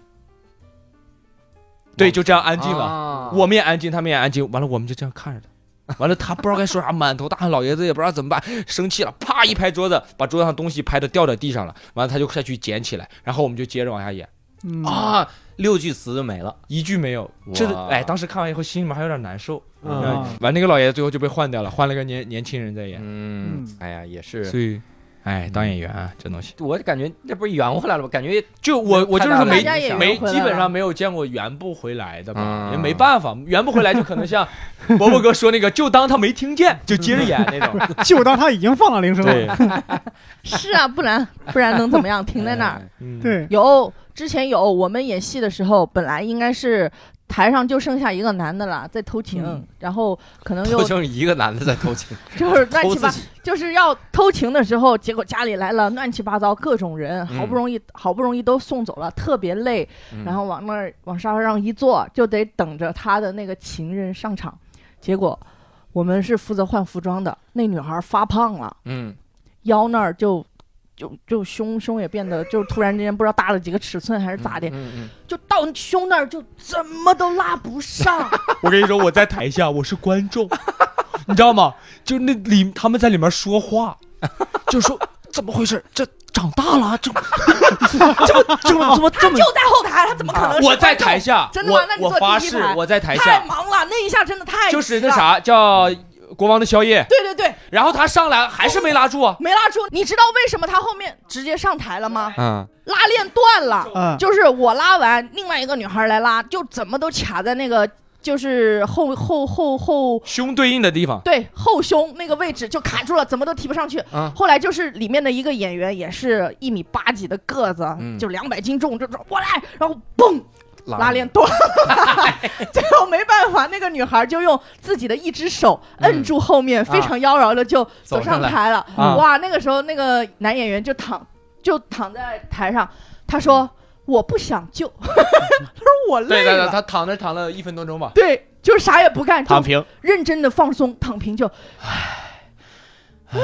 S8: 对，就这样安静了。
S1: 了
S8: 我们也安静，他们也安静，完了我们就这样看着他，完了他不知道该说啥，满头大汗，老爷子也不知道怎么办，生气了，啪一拍桌子，把桌子上东西拍的掉在地上了，完了他就下去捡起来，然后我们就接着往下演，
S2: 嗯，
S1: 啊，六句词就没了。
S8: 一句没有，这
S1: 哇
S8: 哎，当时看完以后心里面还有点难受，
S2: 嗯
S5: 啊
S8: 完那个老爷子最后就被换掉了，换了个年年轻人在演，
S1: 嗯，哎呀，也是，
S8: 所以。哎，当演员啊，这东西，
S1: 我感觉这不是圆回来了吗？感觉
S8: 就我我就是
S1: 看到
S8: 没
S1: 大家也圆
S8: 没
S6: 回来
S8: 基本
S6: 了
S8: 上没有见过圆不回来的吧，
S1: 嗯
S8: 也没办法，圆不回来就可能像伯伯哥说那个，就当他没听见，就接着演那种。
S2: 就当他已经放了铃声了。
S6: 是啊，不然不然能怎么样？停在那儿。
S1: 哎
S8: 嗯，
S2: 对，
S6: 有之前有我们演戏的时候，本来应该是台上就剩下一个男的了，在偷情，
S2: 嗯
S6: 然后可能又
S1: 就剩一个男的在偷情，
S6: 就是乱
S1: 偷
S6: 七
S1: 自
S6: 八，
S1: 己。
S6: 就是要偷情的时候，结果家里来了乱七八糟各种人，
S1: 嗯
S6: 好不容易好不容易都送走了，特别累，
S1: 嗯
S6: 然后往那儿往沙发上一坐，就得等着他的那个情人上场。结果我们是负责换服装的，那女孩发胖了，
S1: 嗯，
S6: 腰那儿就。就就胸胸也变得就突然之间不知道大了几个尺寸还是咋的，
S1: 嗯？嗯
S6: 就到胸那儿就怎么都拉不上，
S8: 我跟你说，我在台下，我是观众，你知道吗？就那里他们在里面说话，就说怎么回事？这长大了，这 这么这么怎么
S6: 他
S8: 这么？
S6: 就在后台，他怎么可呃能是观众？
S8: 啊我在台下，
S6: 真的吗
S8: 我
S6: 那你
S8: 我
S6: 坐第一
S8: 发誓
S6: 排，
S8: 我在台
S6: 太
S8: 下，
S6: 忙了，那一下真的太
S8: 就是
S6: 急
S8: 那
S6: 了，
S8: 啥叫国王的宵夜，
S6: 对对对，
S8: 然后他上来还是没拉住啊。
S6: 没拉住。你知道为什么他后面直接上台了吗？
S1: 嗯
S6: 拉链断了，
S2: 啊，
S6: 就是我拉完，另外一个女孩来拉，就怎么都卡在那个就是后后后后。
S8: 胸对应的地方，
S6: 对后胸那个位置就卡住了，怎么都提不上去。
S1: 啊
S6: 后来就是里面的一个演员，也是一米八几的个子，
S1: 嗯
S6: 就两百斤重，就说我来，然后嘣
S1: 拉
S6: 拉链断了， 最后没办法，那个女孩就用自己的一只手
S8: 嗯
S6: 摁住后面，非常妖娆的就走上台了。
S8: 啊
S6: 哇，那个时候那个男演员就躺就躺在台上，他说我不想救， 他说我 累
S8: 嗯对对对，
S6: 了，
S8: 他躺着躺了一分多钟吧，
S6: 对，就啥也不干，就
S8: 平。
S6: 认真的放松躺平就，唉，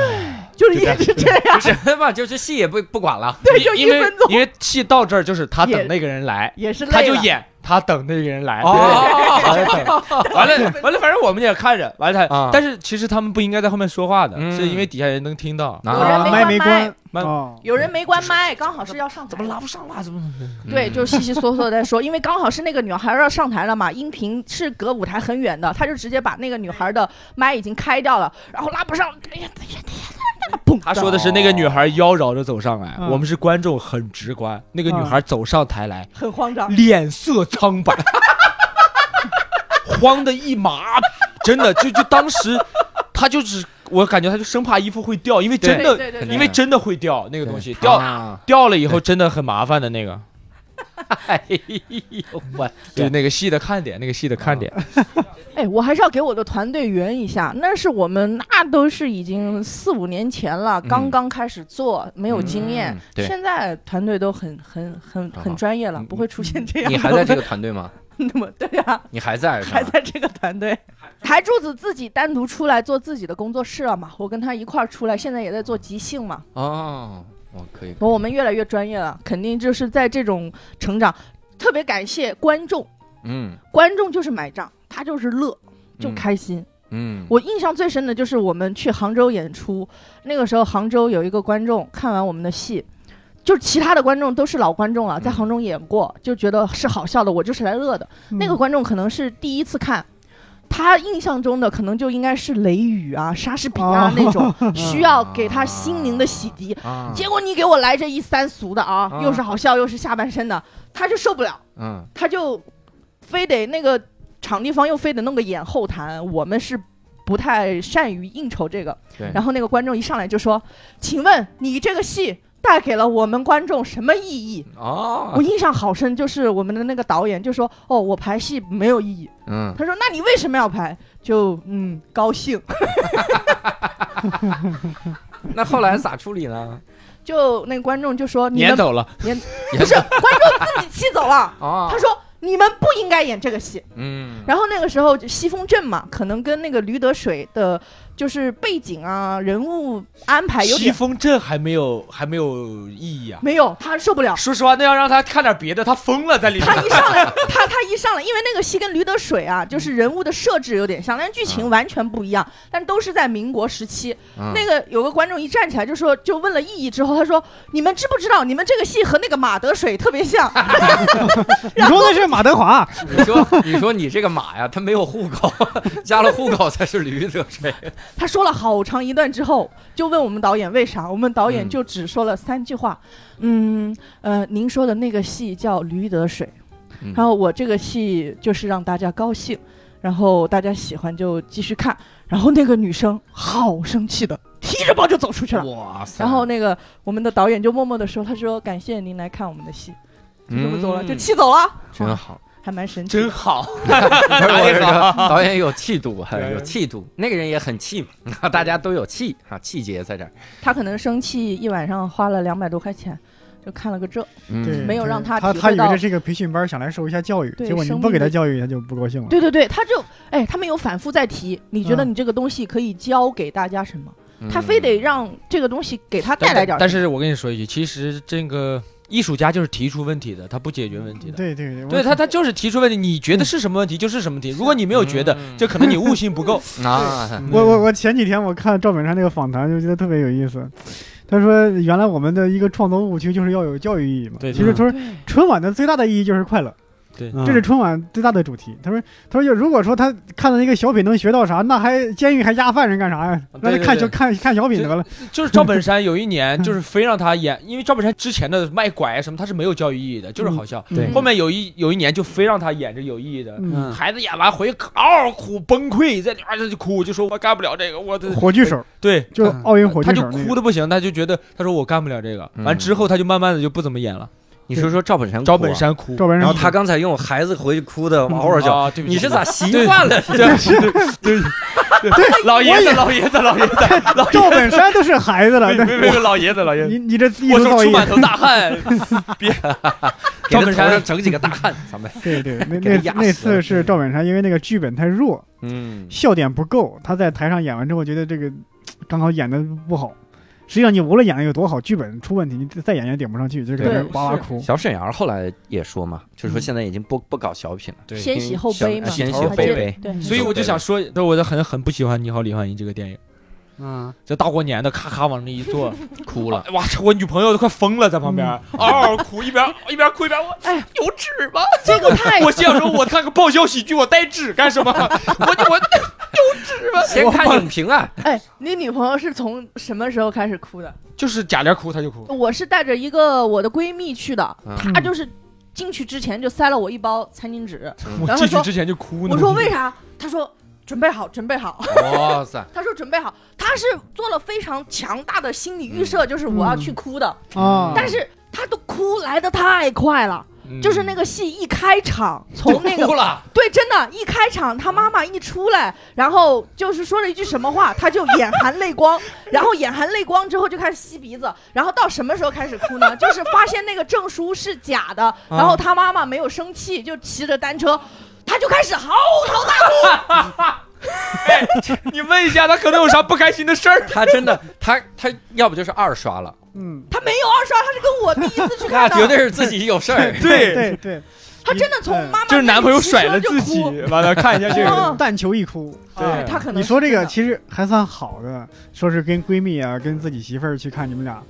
S6: 就是一直这样，
S1: 真吧，就是戏也不不管了。
S6: 对，就
S8: 因
S6: 一
S8: 因为
S6: 分钟
S8: 因为戏到这儿就是他
S6: 也
S8: 等那个人来，
S6: 也是累
S8: 他就
S6: 了
S8: 演他等那个人来，
S1: 哦，
S8: 对对对完了完了，反正我们也看着，完了
S1: 啊
S8: 他，但是其实他们不应该在后面说话的，
S1: 嗯
S8: 是因为底下人能听到。
S6: 有人
S2: 啊麦
S6: 没
S2: 没
S6: 关
S2: 关
S8: 麦
S2: 哦，
S6: 有人没关麦，刚好是要上台，
S8: 怎么拉不上啦？怎么怎
S1: 嗯
S8: 么？
S6: 对，就稀稀嗦嗦在说，因为刚好是那个女孩要上台了嘛，音频是隔舞台很远的，他就直接把那个女孩的麦已经开掉了，然后拉不上，哎呀哎呀哎呀，砰！
S8: 他说的是那个女孩
S6: 哦
S8: 妖娆着走上来，
S2: 嗯
S8: 我们是观众，很直观。那
S6: 嗯
S8: 个女孩走上台来，
S6: 很慌
S1: 嗯
S6: 张，
S8: 脸色苍白，慌的一麻，真的就就当时，他就是我感觉他就生怕衣服会掉，因为真的
S6: 对
S1: 肯
S6: 对对
S1: 定
S8: 因为真的会掉那个
S1: 这
S8: 东西，掉
S1: 啊
S8: 掉了以后真的很麻烦的那个，
S1: 哎呦我
S8: 对那个戏的看点，那个戏的看点，
S6: 哎，我还是要给我的团队圆一下，那是我们那都是已经四五年前了，刚刚开始做，没有经验
S1: 嗯，对
S6: 现在团队都很很很
S1: 好
S6: 很专业了，
S1: 嗯
S6: 不会出现这样
S1: 你
S6: 的
S1: 还在这个团队吗？
S6: 那么对啊，
S1: 你还在是吧
S6: 还在这个团队。台柱子自己单独出来做自己的工作室了嘛？我跟他一块儿出来，现在也在做即兴嘛。
S1: 哦，我可以。
S6: 我们越来越专业了，肯定就是在这种成长。特别感谢观众，
S1: 嗯
S6: 观众就是买账，他就是乐，就
S1: 嗯
S6: 开心。
S1: 嗯，
S6: 我印象最深的就是我们去杭州演出，那个时候杭州有一个观众看完我们的戏，就其他的观众都是老观众了，
S1: 嗯
S6: 在杭州演过，就觉得是好笑的，我就是来乐的。
S2: 嗯
S6: 那个观众可能是第一次看。他印象中的可能就应该是雷雨啊、莎士比亚
S2: 哦
S6: 那种，需要给他心灵的洗涤。
S1: 啊，
S6: 结果你给我来这一三俗的啊，
S1: 啊
S6: 又是好笑又是下半身的，他就受不了。
S1: 嗯
S6: 他就非得那个场地方又非得弄个演后谈，我们是不太善于应酬这个
S1: 对。
S6: 然后那个观众一上来就说：“请问你这个戏带给了我们观众什么意义？”
S1: 哦
S6: 我，印象好深，就是我们的那个导演就说：“哦，我排戏没有意义。”
S1: 嗯，
S6: 他说：“那你为什么要排？”就嗯，高兴。
S1: 那后来咋处理呢？
S6: 就那个观众就说：“你
S8: 撵
S6: 们
S8: 走了，
S6: 不是观众自己气走了。”
S1: 哦
S6: 他，说：“你们不应该演这个戏。
S1: 嗯，
S6: 然后那个时候就西风镇嘛，可能跟那个驴得水的，就是背景啊、人物安排有
S8: 西
S6: 点
S8: 风镇还没有还没有意义啊。
S6: 没有，他受不了。
S8: 说实话，那要让他看点别的，他疯了在里面
S6: 他。一上来，他他一上来，因为那个戏跟《驴得水》啊，就是人物的设置有点像，但是剧
S8: 啊
S6: 情完全不一样，但都是在民国时期。
S1: 嗯
S6: 那个有个观众一站起来就说，就问了意义之后，他说：“你们知不知道，你们这个戏和那个马得水特 别像？”
S2: 你说的是马德华，啊
S1: 你说 你说你这个马呀，它没有户口， 加了户口才是驴得水。
S6: 他说了好长一段之后，就问我们导演为啥，我们导演
S1: 嗯
S6: 就只说了三句话，嗯呃，您说的那个戏叫《驴得水》，
S1: 嗯
S6: 然后我这个戏就是让大家高兴，然后大家喜欢就继续看，然后那个女生好生气的提着包就走出去了。
S1: 哇塞
S6: 然后那个我们的导演就默默的说：“他说感谢您来看我们的戏，就
S1: 嗯
S6: 这么走了，就气走了，
S1: 真 好，
S6: 还蛮神奇的。
S8: 真好，哎
S1: 我是说导演有气度，还
S2: 对
S1: 有气度。那个人也很气嘛， 大家都有气啊，气节在这儿。
S6: 他可能生气一晚上花了两百多块钱，就看了个这，
S2: 对，
S6: 嗯
S1: 嗯
S6: 没有让
S2: 他
S6: 他
S2: 他
S6: 体
S2: 他
S6: 会
S2: 以为
S6: 到
S2: 这是一个培训班，想来受一下教育，
S6: 对
S2: 结果你
S6: 生
S2: 不给
S6: 命
S2: 他
S6: 力
S2: 教育，他就不高兴了。
S6: 对对对，他就哎，他们有反复在提，你觉得
S8: 嗯
S6: 你这个东西可以教给大家什么？
S1: 嗯
S6: 他非得让这个东西给他带来点儿。
S8: 但是我跟你说一句，其实这个艺术家就是提出问题的，他不解决问题的。
S2: 对对对，我
S8: 对他，他就是提出问题，你觉得是什么问题就是什么问题。如果你没有觉得，
S1: 嗯
S8: 就可能你悟性不够。
S1: 啊，
S8: 嗯
S2: 我我我前几天我看赵本山那个访谈，就觉得特别有意思。他说，原来我们的一个创作误区就是要有教育意义嘛。
S8: 对嗯
S2: 其实他说
S6: 对
S2: 春晚的最大的意义就是快乐，
S5: 嗯
S2: 这是春晚最大的主题。他说，他说如果说他看到一个小品能学到啥，那还监狱还押犯人干啥呀？那
S8: 啊对
S2: 就
S8: 对
S2: 看
S8: 对
S2: 小看看小品得了。
S8: 就是赵本山有一年，就是非让他演，因为赵本山之前的卖拐啊什么，他是没有教育意义的，就是好笑。
S4: 嗯
S5: 对
S8: 后面有一有一年就非让他演这有意义的，
S2: 嗯，
S8: 孩子演完回嗷嗷哭崩溃，在里边就哭，就说我干不了这个，我的
S2: 火炬手
S8: 对
S2: 哦就是奥运火
S8: 他
S2: 炬
S8: 就
S2: 手那
S8: 哭
S2: 个。
S8: 的不行，他就觉得他说我干不了这个，完之后他就慢慢的就不怎么演了。
S1: 你说说赵本山，啊
S8: 赵本，山哭，
S2: 赵本
S1: 然
S2: 山
S1: 后他刚才用孩子回去哭的嗷嗷叫，
S8: 啊，对不起，
S1: 你是咋习惯了？
S8: 对？对对对对对，老爷子老爷子老 爷子
S2: 赵本山都是孩 子了，
S8: 没
S2: 对
S8: 没没老爷子老爷子，
S2: 你你这艺
S8: 我
S2: 术
S8: 说
S2: 造
S8: 出满
S2: 诣，
S8: 头大汗，
S1: 给他
S8: 赵本
S1: 头
S8: 山
S1: 上整几 个大汉，咱们
S2: 对对，那
S1: 给他
S2: 那
S1: 压
S2: 那
S1: 死了
S2: 次是赵本山，因为那个剧本太弱，
S1: 嗯
S2: 笑点不够，他在台上演完之后觉得这个刚好演的不好。实际上，你无论演的有多好，剧本出问题，你再演也顶不上去，就搁
S6: 对
S2: 这哇哇
S6: 是
S2: 哭。
S1: 小沈阳后来也说嘛，就是说现在已经不不搞小品了，
S8: 对
S6: 先喜后悲嘛，
S1: 先喜
S6: 他
S1: 后
S6: 这
S1: 悲
S6: 对，
S8: 嗯所以我就想说，对我就很很不喜欢《你好，李焕英》这个电影。
S5: 嗯，
S8: 这大过年的，咔咔往那一 坐，
S1: 哭了。
S8: 哇！我女朋友都快疯了，在旁边嗷嗷哭，一边一边哭一边我，哎，有纸吗？
S6: 这 个太
S8: 我心想说，我看个爆笑喜剧，我带纸干什么？我就我
S1: 先看影评 啊，
S6: 哎，你女朋友是从什么时候开始哭的？
S8: 就是假脸哭，他就哭。
S6: 我是带着一个我的闺蜜去的，
S1: 嗯
S6: 她就是进去之前就塞了我一包餐巾纸，
S8: 我进去之前就哭呢。
S6: 我说为啥？她说准备好，准备好。
S1: 哇 塞，
S6: 她说准备好，她是做了非常强大的心理预设，
S8: 嗯
S6: 就是我要去哭的，
S2: 啊！
S6: 但是她的哭来的太快了，就是那个戏一开场，从那个
S8: 嗯哭了，
S6: 对，真的，一开场他妈妈一出来，然后就是说了一句什么话，他就眼含泪 光，然后眼含泪光之后就开始吸鼻子，然后到什么时候开始哭呢？就是发现那个证书是假的，
S8: 嗯
S6: 然后他妈妈没有生气，就骑着单车，他就开始嚎啕大
S8: 你问一下他可能有啥不开心的事儿？
S1: 他真的，他他要不就是二刷了，
S2: 嗯，
S6: 他没有二刷，他是跟我第一次去
S1: 那
S6: 看
S1: 绝
S6: 的，
S1: 对是自己有事 儿。
S2: 对对对，
S6: 他真的从妈妈
S8: 就是男朋友甩了
S6: 面前
S8: 自
S6: 骑车
S8: 己
S6: 就哭，
S8: 完了看一下这个。
S6: 嗯
S2: 但求一哭。
S6: 哎他可能
S2: 你说这
S6: 是真
S2: 个
S6: 的
S2: 其实还算好的，说是跟闺蜜啊，跟自己媳妇儿去看，你们俩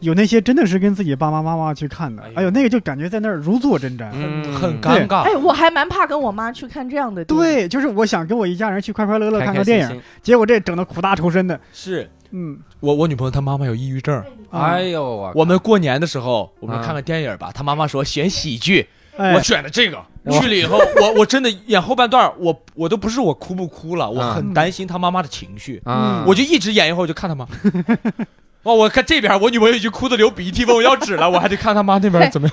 S2: 有那些真的是跟自己爸爸妈妈去看的
S8: 哎呦，
S2: 哎呦，那个就感觉在那儿如坐针毡。
S1: 嗯，
S8: 很尴尬
S6: 哎，，我还蛮怕跟我妈去看这样的电影，
S2: 对，就是我想跟我一家人去快快乐乐
S1: 开
S2: 看
S1: 开
S2: 个
S1: 心
S2: 电影，
S1: 心。
S2: 结果这整的苦大仇深的，
S8: 是
S2: 嗯，
S8: 我我女朋友她妈妈有抑郁症，
S2: 啊
S1: 哎，呦我
S8: 我们过年的时候我们
S1: 啊
S8: 看个电影吧，她妈妈说选喜剧，
S2: 哎
S8: 我，选的这个。
S1: 哇
S8: 去了以后，我我真的演后半段，我我都不是我哭不哭了，我
S1: 啊
S8: 很担心她妈妈的情绪，
S2: 嗯
S1: 啊，
S8: 我就一直演一会儿，我就看她妈。哇！我看这边，我女朋友已经哭的流鼻涕，问我要纸了，我还得看她妈那边怎么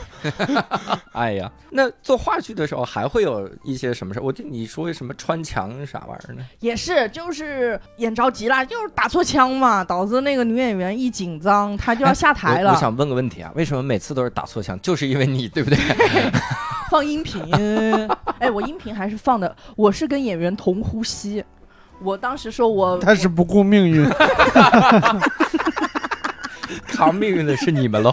S8: 样。
S1: 哎呀，那做话剧的时候还会有一些什么事儿？我就你说什么穿墙啥玩意儿呢？
S6: 也是，就是眼着急了，就是打错枪嘛，导致那个女演员一紧张，
S8: 哎
S6: 她就要下台
S1: 我
S6: 了
S1: 我。想问个问题啊，为什么每次都是打错枪？就是因为你对不对？
S6: 放音频。哎，我音频还是放的，我是跟演员同呼吸。我当时说我，
S4: 但是不顾命 运，
S1: 扛命运的是你们喽。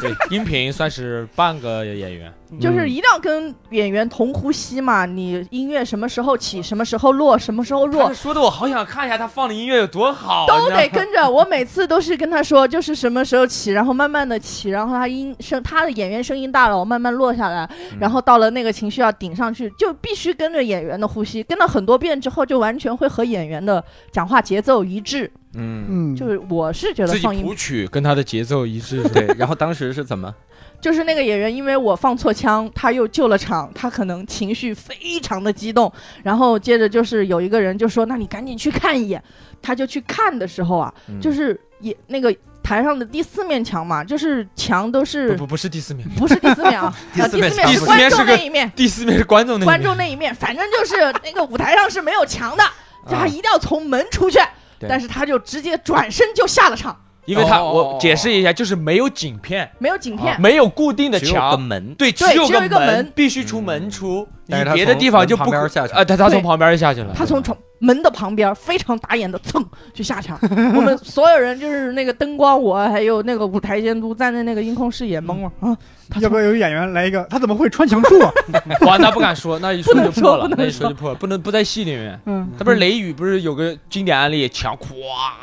S8: 对， 音频算是半个演员。嗯
S6: 就是一定要跟演员同呼吸嘛。你音乐什么时候起，什么时候落，什么时候弱
S8: 他，说的我好想看一下他放的音乐有多好，
S6: 都
S8: 你知道
S6: 得
S8: 吗
S6: 跟着。我每次都是跟他说，就是什么时候起，然后慢慢的起，然后他音声，他的演员声音大了，我慢慢落下来，
S8: 嗯
S6: 然后到了那个情绪要顶上去，就必须跟着演员的呼吸，跟了很多遍之后，就完全会和演员的讲话节奏一致。
S1: 嗯，
S5: 嗯，
S6: 就是我是觉得
S8: 自己
S6: 放音
S8: 谱曲跟他的节奏一 致。
S1: 对。然后当时是怎么？
S6: 就是那个演员，因为我放错枪，他又救了场，他可能情绪非常的激动，然后接着就是有一个人就说：“那你赶紧去看一眼。”他就去看的时候啊，
S1: 嗯
S6: 就是也那个台上的第四面墙嘛，就是墙都是
S8: 不不不是第四面，
S6: 不是第四面啊？
S1: 第
S6: 啊
S1: 四
S6: 第
S1: 面
S6: 四面
S1: 墙
S6: 是
S8: 不是
S6: 观众
S8: 第四面是个
S6: 那一面，
S8: 第四面是观众那一面
S6: 观众那一面，反正就是那个舞台上是没有墙的，就他
S1: 啊
S6: 一定要从门出去。
S1: 对
S6: 但是他就直接转身就下了场，
S8: 因为他
S1: 哦哦哦
S8: 我解释一下，就是没有景片，
S6: 没有景片，
S8: 没有固定的
S1: 只有个
S8: 墙，
S1: 门，
S8: 对，
S6: 对
S8: 有
S6: 只有一个
S8: 门
S6: 门，
S8: 必须出门出，你
S1: 但是他
S8: 别的
S1: 从
S8: 地方
S1: 门
S8: 就
S1: 旁
S8: 不
S1: 边
S8: 可
S1: 下去
S8: 啊，他他从
S6: 对
S8: 旁边下去了，
S6: 他从窗门的旁边非常打眼的蹭就下去了。 我们所有人就是那个灯光我，还有那个舞台监督站在那个音控室也懵了啊，他
S2: 要不要有演员来一个？他怎么会穿墙术啊？
S8: 哇，那不敢说，那一说
S6: 不
S8: 就
S6: 能
S8: 破
S6: 说
S8: 了
S6: 不，能
S8: 那一
S6: 说
S8: 说就破了，不能不在戏里面。
S2: 嗯，
S8: 他不是雷雨，不是有个经典案例，墙咵，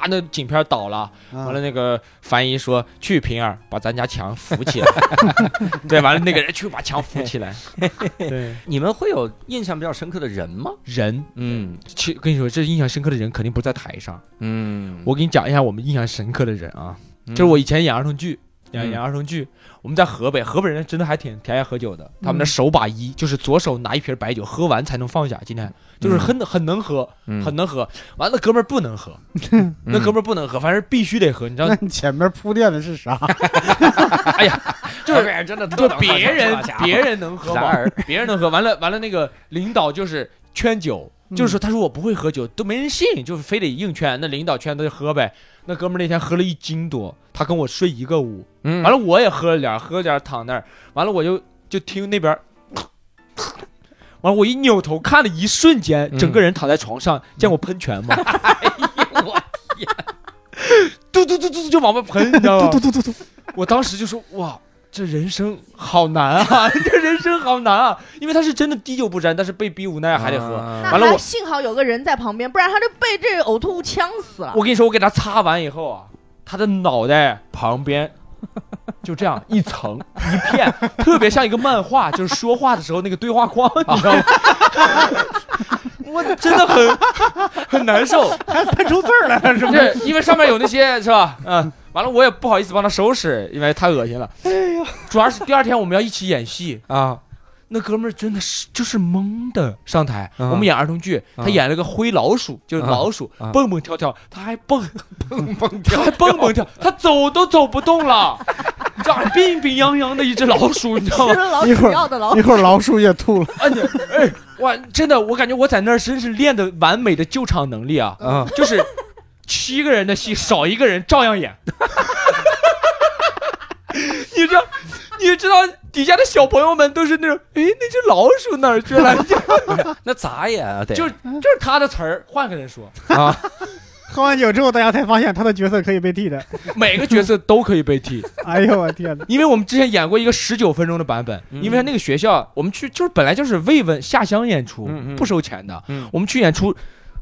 S8: 那景片倒了，
S5: 啊
S8: 完了那个樊姨说去平儿把咱家墙扶起 来，对，完了那个人去把墙扶起来，对，
S1: 你们会有印象比较深刻的人吗？
S8: 人，
S1: 嗯
S8: 其实跟你说，这印象深刻的人肯定不在台上，
S1: 嗯，
S8: 我给你讲一下我们印象深刻的人啊，
S1: 嗯
S8: 就是我以前演儿童剧，演
S1: 嗯
S8: 演儿童剧，我们在河北，河北人真的还挺挺爱喝酒的，他们的手把一就是左手拿一瓶白酒，喝完才能放下，今天就是很很能喝，
S1: 嗯
S8: 很能喝，完了哥们儿不能喝，那哥们儿不能喝，反正必须得喝，你知道
S5: 那，你前面铺垫的是 啥？
S8: 就是
S1: 这真的
S8: 就别人别人能喝
S1: 嗯然
S8: 嘛，
S1: 而
S8: 别人能喝，完了完了那个领导就是劝酒。就是说，他说我不会喝酒，都没人信，就是非得硬劝。那领导劝他就喝呗。那哥们儿那天喝了一斤多，他跟我睡一个屋，
S1: 嗯
S8: 完了我也喝了点儿，喝了点儿躺那儿，完了我就就听那边儿，完了我一扭头看了一瞬间，
S1: 嗯
S8: 整个人躺在床上，见过喷 泉吗？
S1: 哎我
S8: 嘟嘟嘟嘟嘟就往外喷，你知道吗？
S2: 嘟嘟嘟嘟嘟，
S8: 我当时就说哇。这人生好难啊！这人生好难啊！因为他是真的滴酒不沾，但是被逼无哎奈还得喝。
S1: 啊
S6: 那
S8: 完了
S6: 还
S8: 我
S6: 幸好有个人在旁边，不然他就被这个呕吐物呛死了。
S8: 我跟你说，我给他擦完以后啊，他的脑袋旁边就这样一层一片，特别像一个漫画，就是说话的时候那个对话框，你知道吗？我真的很很难受，
S2: 还喷出字儿来了是
S8: 就
S2: 吗？
S8: 是因为上面有 那些是吧？嗯，完了我也不好意思帮他收拾，因为太恶心了。哎呀，主要是第二天我们要一起演戏，
S1: 啊，
S8: 那哥们儿真的是就是懵的上台。
S1: 嗯
S8: 我们演儿童剧，
S1: 嗯
S8: 他演了个灰老鼠，就是老鼠、
S1: 嗯嗯
S8: 蹦蹦跳跳，他还蹦蹦蹦跳，还蹦蹦跳，他走都走不 动了，你知道，病病殃殃的一只老鼠，你知道
S6: 吃
S8: 吗？
S6: 了老
S5: 一会
S6: 鼠
S5: 儿
S6: 药的老
S5: 一会儿老鼠也吐了，
S8: 哎，你哎，哇，真的，我感觉我在那儿真是练的完美的救场能力啊，
S1: 嗯
S8: 就是七个人的戏少一个人照样演。 你知道，你知道底下的小朋友们都是那种，哎，那只老鼠哪儿去了？就
S1: 那咋演啊？得
S8: 就就是他的词儿，换个人说，
S1: 啊，
S2: 喝完酒之后，大家才发现他的角色可以被替代。
S8: 每个角色都可以被替，
S2: 哎呦我天哪！
S8: 因为我们之前演过一个十九分钟的版本，
S1: 嗯
S8: 因为那个学校我们去就是本来就是慰问下乡演出，
S1: 嗯嗯
S8: 不收钱的，
S1: 嗯
S8: 我们去演出，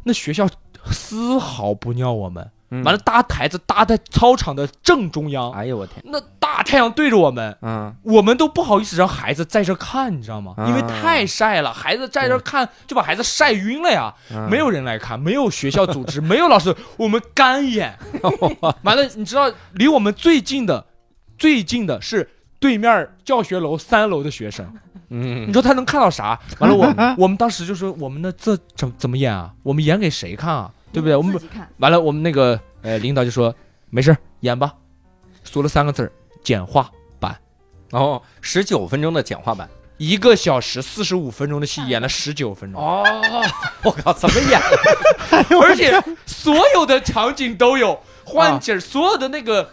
S8: 那学校丝毫不尿我们，
S1: 完
S8: 完了，搭台子搭在操场的正中央，
S1: 嗯哎呦我天，
S8: 那大太阳对着我们，
S1: 嗯，
S8: 我们都不好意思让孩子在这看，你知道吗？因为
S1: 啊
S8: 太晒了，孩子在这看就把孩子晒晕了呀。
S1: 嗯
S8: 没有人来看，没有学校组织，没有老师，我们 干演。完了，你知道离我们最近的，最近的是对面教学楼三楼的学生。
S1: 嗯，
S8: 你说他能看到啥？完了我，我们当时就说，我们那这怎怎么演啊？我们演给谁看啊？对不对？我们
S6: 自己看
S8: 完了，我们那个呃领导就说，没事儿演吧，说了三个字儿，简化。
S1: 哦，十九分钟的简化版。
S8: 一个小时四十五分钟的戏演了十九分钟，哎
S1: 哦，我靠，怎么 演？
S8: 而且所有的场景都有换景儿，所有的那个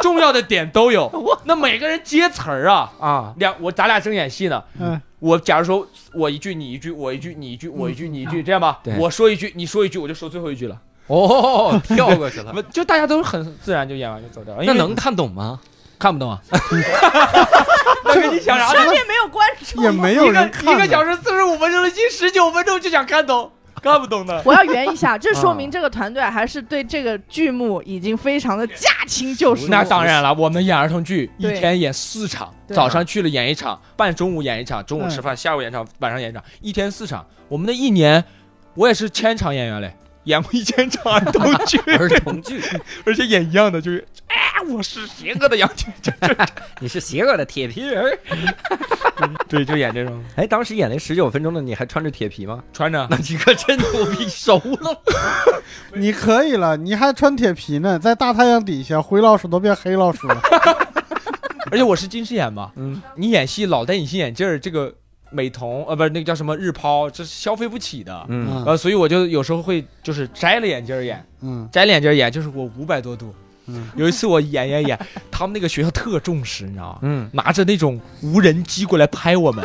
S8: 重要的点都有。那每个人接词儿啊，
S1: 啊？
S8: 两我咱俩正演戏呢，
S2: 嗯
S8: 我假如说我一句你一句，我一句你一句，我一句你一句，这样吧
S1: 对，
S8: 我说一句你说一句，我就说最后一句了，
S1: 哦，跳过 去了。
S8: 不就大家都很自然就演完就走掉了。因
S1: 那
S8: 为
S1: 能看懂吗？
S8: 看不懂啊？大哥，你想啥呢
S6: 身？边没有观众
S4: 也
S6: 吗
S4: 没有
S8: 哦一
S4: 人
S8: 个
S4: 看
S8: 一个
S4: 的。
S8: 小时四十五分钟的戏，十九分钟就想看懂，看不懂的。
S6: 我要圆一下，这
S8: 啊
S6: 说明这个团队还是对这个剧目已经非常的驾轻就熟。
S8: 那当然了，我们演儿童剧一
S6: 对
S8: 天演四场，
S6: 对
S8: 早上去了演一场，半中午演一场，中午吃饭，下午演一场，晚上演一场，一天四场。我们那一年，我也是千场演员嘞，演过一千场儿童剧，
S1: 儿童剧，
S8: 而且演一样的，就是哎，我是邪恶的杨戬，
S1: 你是邪恶的铁皮人儿。
S8: 对，就演这种，
S1: 哎，当时演那十九分钟的，你还穿着铁皮吗？
S8: 穿着
S1: 那你可真牛逼，熟了。
S4: 你可以了，你还穿铁皮呢，在大太阳底下，灰老鼠都变黑老鼠 了。
S8: 而 且我是近视眼嘛，
S1: 嗯
S8: 你演戏老戴隐形眼镜儿，这个美瞳呃，不是那个叫什么日抛，这是消费不起的。
S1: 嗯，
S8: 呃，所以我就有时候会就是摘了眼镜儿演，
S4: 嗯，
S8: 摘了眼镜儿演就是我五百多度。
S4: 嗯
S8: 有一次我演演 演，他们那个学校特重视，你知道吗？
S1: 嗯，
S8: 拿着那种无人机过来拍我们，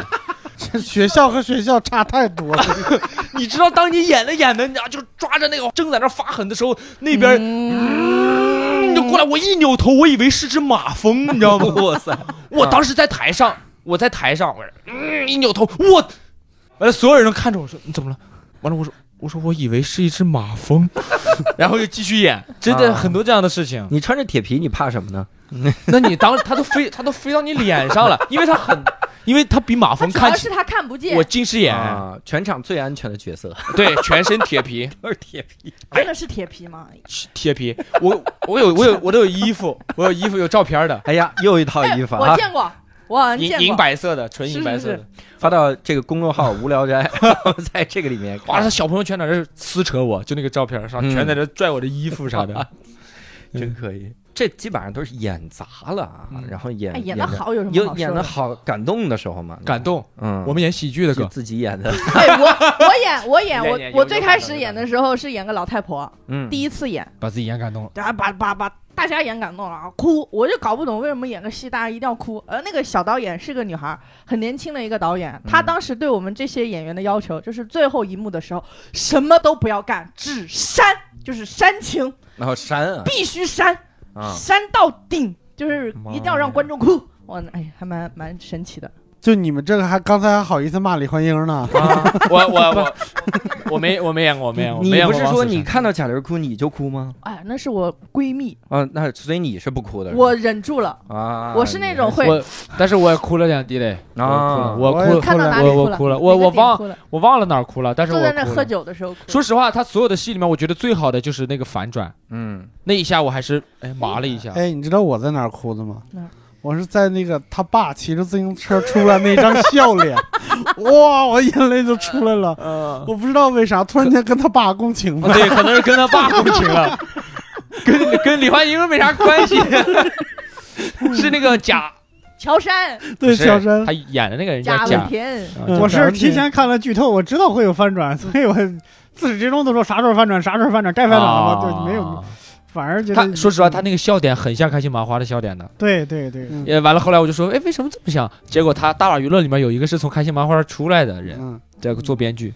S4: 这学校和学校差太多了。
S8: 你知道，当你演着演着，你知道啊就抓着那个正在那发狠的时候，那边、嗯、就过来，我一扭头，我以为是只马蜂，你知 道吗？
S1: 哇塞，
S8: 我当时在台上，我在台上，我嗯一扭头，我完了，所有人都看着我说你嗯怎么了？完了，我说我说我以为是一只马蜂，然后又继续演，真的
S1: 啊
S8: 很多这样的事情。
S1: 你穿着铁皮，你怕什么呢？
S8: 那你当它都飞，它都飞到你脸上了，因为它很，因为它比马
S6: 他
S8: 蜂
S6: 主
S8: 看
S6: 要
S8: 起
S6: 是他看不见
S8: 我，近视眼，
S1: 啊，全场最安全的角色
S8: 对，全身铁皮，
S1: 都是铁皮。
S6: 真的是铁皮吗？
S8: 哎铁皮。我我有我有我都有衣服，我有衣服有照片的，
S1: 哎呀，又一套衣服
S6: 哎我
S1: 啊！
S6: 见过，我好像
S8: 银
S6: 见
S8: 银
S6: 过。
S8: 白色的，纯银白色
S6: 是
S8: 的。
S1: 发到这个公众 号“无聊斋”，我们在这个里面看，
S8: 哇，啊他小朋友全在这撕扯我，就那个照片上
S1: 嗯
S8: 全在这拽我的衣服啥 的。
S1: 真可以。这基本上都是演砸了啊，
S8: 嗯
S1: 然后演
S6: 哎，演的
S1: 得
S6: 好有什么
S1: 有
S6: 好
S1: 演
S6: 说
S1: 的
S6: 的？
S1: 好感动的时候嘛，
S8: 感动，
S1: 嗯，
S8: 我们演喜剧的
S1: 自
S8: 哥，
S1: 自己 演的，
S6: 对哎我我演我演
S8: 演
S6: 我
S8: 演有
S6: 我
S8: 有
S6: 最
S8: 感
S6: 开
S8: 动
S6: 始
S8: 有
S6: 演
S8: 感
S6: 的时候是演个老太婆，
S1: 嗯，
S6: 第一次演，
S8: 把自己演感动了。
S6: 然后把把把大家演感动了啊，哭！我就搞不懂为什么演个戏大家一定要哭。呃，那个小导演是个女孩儿，很年轻的一个导演，
S8: 嗯
S6: 她当时对我们这些演员的要求就是最后一幕的时候什么都不要干，只煽，就是煽情，
S1: 然后删啊
S6: 必须煽，
S1: 啊，
S6: 煽到顶，就是一定
S1: 妈
S6: 要
S1: 呀
S6: 让观众哭。我哎呀，还蛮蛮神奇的。
S4: 就你们这个还刚才还好意思骂李焕英呢？
S8: 啊，我我我 我没我没演过，我没演过。
S1: 你
S8: 没演
S1: 不
S8: 过
S1: 是
S8: 王
S1: 说
S8: 思
S1: 你
S8: 成
S1: 看到贾玲哭你就哭吗？
S6: 哎，那是我闺蜜，
S1: 啊，那所以你是不哭的是吧，
S6: 我忍住了，
S1: 啊，
S6: 我是那种会
S8: 我，但是我也哭了两滴泪。
S1: 啊
S8: 我哭
S4: 我也
S8: 了，
S6: 看到哪里
S8: 我我
S6: 了，
S8: 哭了，
S6: 哪
S8: 我
S6: 个
S8: 我
S6: 点
S8: 忘
S6: 哭了
S8: 我忘了哪儿哭了，但是我
S6: 坐在那
S8: 哭
S6: 喝
S8: 了。
S6: 酒的时候哭。
S8: 说实话，他所有的戏里面，我觉得最好的就是那个反转，
S1: 嗯，
S8: 那一下我还是哎麻了一下。
S4: 哎，你知道我在哪儿哭的吗
S6: 哪儿？
S4: 我是在那个他爸骑着自行车出来那张笑 脸，哇，我眼泪就出来了。
S8: 嗯，
S4: 我不知道为啥，突然间跟他爸共情了。
S8: 对，可能是跟他爸共情了，跟跟李焕英没啥关系，是那个贾，
S6: 乔杉、
S4: 对，
S1: 不是
S4: 小山
S8: 他演的那个人叫
S6: 贾
S8: 贾
S6: 伟。田，
S4: 嗯
S2: 我是提前看了剧透，我知道会有翻转，所以我自始至终都说啥时候翻转，啥时候翻转，该翻转了吧？对，没有，。反而觉得嗯
S8: 他说实话，他那个笑点很像开心麻花的笑点的。
S2: 对对对，
S4: 嗯
S8: 也完了，后来我就说，哎，为什么这么像？结果他大碗娱乐里面有一个是从开心麻花出来的人，
S4: 嗯，
S8: 在做编剧。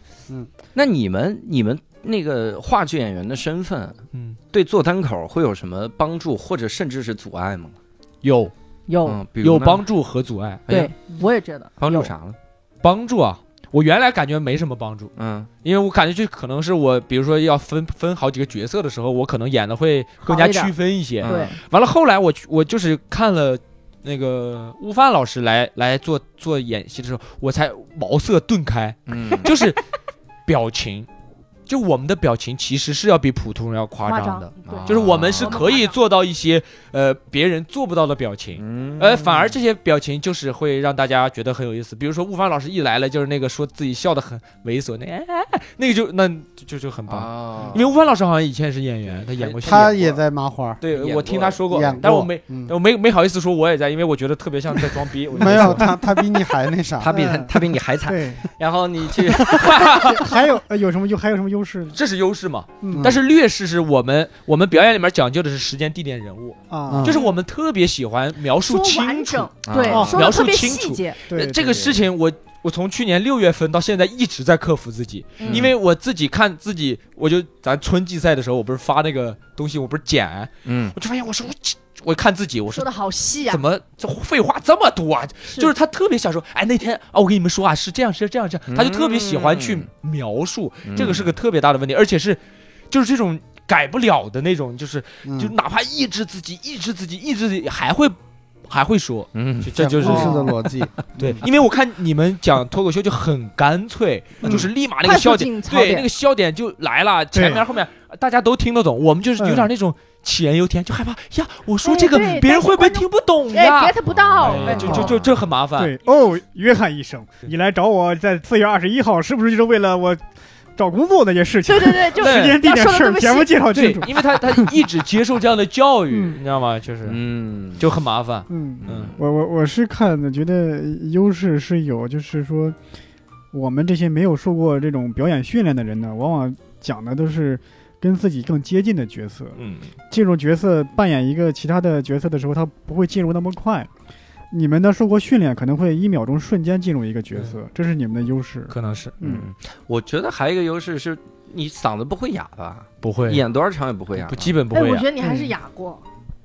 S1: 那你们你们那个话剧演员的身份
S8: 嗯，
S1: 对做单口会有什么帮助，或者甚至是阻碍吗？
S8: 有
S6: 有
S1: 嗯，比如
S8: 哦有
S1: 呢
S8: 帮助和阻碍。
S1: 哎呀
S6: 对，我也觉得
S1: 帮助
S6: 有
S1: 啥了？
S8: 帮助啊，我原来感觉没什么帮助，
S1: 嗯，
S8: 因为我感觉这可能是我，比如说要分分好几个角色的时候，我可能演的会更加
S6: 好一点
S8: 区分 一些。
S1: 嗯
S6: 对，
S8: 完了后来我去我就是看了那个悟饭老师来来做做演戏的时候，我才茅塞顿 开，
S1: 嗯，
S8: 就是表情，就我们的表情其实是要比普通人要夸
S6: 夸
S8: 张
S6: 张
S8: 的，
S6: 对
S1: 啊
S8: 就是我们是可以
S6: 啊
S8: 做到一些呃别人做不到的表情。
S1: 嗯，
S6: 啊
S8: 呃，反而这些表情就是会让大家觉得很有意思。比如说，悟饭老师一来了，就是那个说自己笑得很猥琐，那、哎那个就那就就就很棒。
S1: 啊，
S8: 因为悟饭老师好像以前是演员，他演过戏。
S4: 他也在麻花
S8: 对
S1: 演
S8: 我
S1: 过
S8: 听他说过
S4: 演过，，
S8: 但我没
S4: 嗯
S8: 我没没好意思说我也在，因为我觉得特别像在装逼。我就
S4: 没有他，他比你还那啥。
S1: 他比
S8: 嗯
S1: 他他比你还惨。
S2: 对，
S1: 然后你去，
S2: 还有呃有什么优还有什么优势呢？
S8: 这是优势嘛？
S4: 嗯
S8: 但是劣势是我们我们表演里面讲究的是时间、地点、人物，
S4: 嗯
S2: 啊，
S8: 就是我们特别喜欢描述
S6: 说
S8: 清
S6: 完
S8: 楚
S6: 整。，
S1: 啊
S6: 对，说
S8: 描
S6: 的
S8: 述
S6: 特别
S8: 清
S6: 细
S8: 楚
S6: 节，
S2: 对
S8: 这个事情我我从去年六月份到现在一直在克服自己，
S6: 嗯
S8: 因为我自己看自己，我就咱春季赛的时候，我不是发那个东西，我不是剪，
S1: 嗯，
S8: 我就发现我说我这我看自己，我
S6: 说
S8: 说
S6: 的好细啊
S8: 怎，么这废话这么多啊？就是他特别想说，哎，那天啊，我跟你们说啊，是这样，是这样，这样，他就特别喜欢去描述，这个是个特别大的问题，而且是就是这种改不了的那种，就是
S4: 嗯
S8: 就哪怕抑制自己，抑制自己，抑制自己，还会还会说，
S1: 嗯
S8: 就这就是
S4: 故事的逻辑，
S8: 对，因为我看你们讲脱口秀就很干脆，就是立马那个
S6: 嗯快速
S8: 笑
S6: 进
S8: 点，
S6: 槽
S8: 对，
S6: 点
S8: 那个笑点就来了，前面后面大家都听得懂，我们
S2: 嗯
S8: 就是有点那种杞人忧天，就害怕呀，我说
S6: 哎
S8: 这个
S6: 对但
S8: 别人
S6: 是
S8: 会不会
S6: 观众
S8: 听不懂
S6: 哎
S8: 呀？
S6: ，get 不到
S8: 哎，就就就这很麻烦。
S2: 对哦，约翰医生，你来找我在四月二十一号，是不是就是为了我找工作那些事情
S6: 对？对对，就 哎
S8: 对
S2: 时间、地点、
S6: 要说
S2: 事
S6: 得
S2: 儿
S6: 这么
S2: 全部
S6: 细
S2: 介绍清
S8: 对
S2: 楚，。
S8: 因为他他一直接受这样的教育，
S2: 嗯
S8: 你知道吗？就是
S1: 嗯，
S8: 就很麻烦。
S2: 嗯，
S8: 嗯
S2: 我我我是看的，觉得优势是有，就是说我们这些没有受过这种表演训练的人呢，往往讲的都是跟自己更接近的角色，
S8: 嗯，
S2: 进入角色扮演一个其他的角色的时候，他不会进入那么快。你们呢，受过训练，可能会一秒钟瞬间进入一个角色，这是你们的优势。
S8: 可能是
S2: 嗯，
S1: 我觉得还有一个优势是你嗓子不会哑吧？
S8: 不会
S1: 演多少场也不会哑吧，
S8: 不基本不
S6: 哎，
S8: 会啊嗯
S6: 我觉
S8: 演，
S6: 得你还是哑过，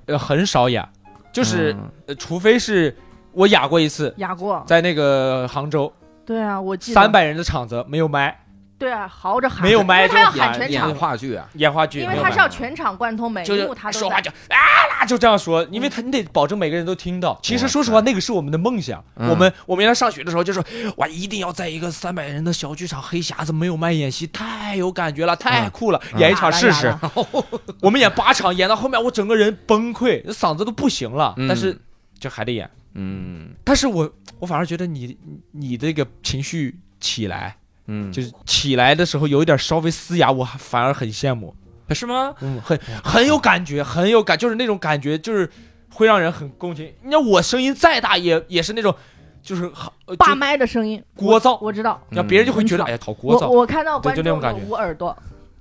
S8: 呃，很少演，就是
S1: 嗯
S8: 呃除非是我演过一次，
S6: 哑过。
S8: 在那个杭州
S6: 对啊，我记得
S8: 三。百人的场子没有麦，
S6: 对啊，嚎着喊。
S8: 没有
S6: 因
S8: 麦
S6: 为
S8: 就
S6: 他要
S8: 演
S6: 喊全
S1: 演
S6: 场，
S1: 话剧啊，
S8: 演话剧，
S6: 因
S8: 没
S6: 为
S8: 有
S6: 他
S8: 麦
S6: 是要全场贯通每
S8: 就
S6: 一幕，他
S8: 是
S6: 都
S8: 说话
S6: 在
S8: 就啊啦就这样说，因为他你得保证每个人都听到。其实说实话，那个是我们的梦想。
S1: 嗯
S8: 我们我们原来上学的时候就说，哇，一定要在一个三百人的小剧场，黑匣子没有卖演戏，太有感觉了，太酷了，
S1: 嗯
S8: 演一场试。
S6: 哑
S8: 试
S6: 了。哑了
S8: 我们演八场，演到后面我整个人崩溃，嗓子都不行了，
S1: 嗯
S8: 但是就还得演。
S1: 嗯
S8: 但是我我反而觉得你你这个情绪起来，
S1: 嗯，
S8: 就是起来的时候有一点稍微嘶哑，我还反而很羡慕。
S1: 是吗？
S8: 嗯，很很有感觉，很有感，就是那种感觉，就是会让人很共情。那我声音再大也，也是那种，就是好呃
S6: 把
S8: 就
S6: 麦的声音，
S8: 聒噪，
S6: 我知道。
S8: 然后别人就会觉得，
S6: 嗯
S8: 哎呀，好聒
S6: 我
S8: 噪。
S6: 我看到观
S8: 对就
S6: 众
S8: 那种
S6: 有
S8: 感觉
S6: 捂耳朵，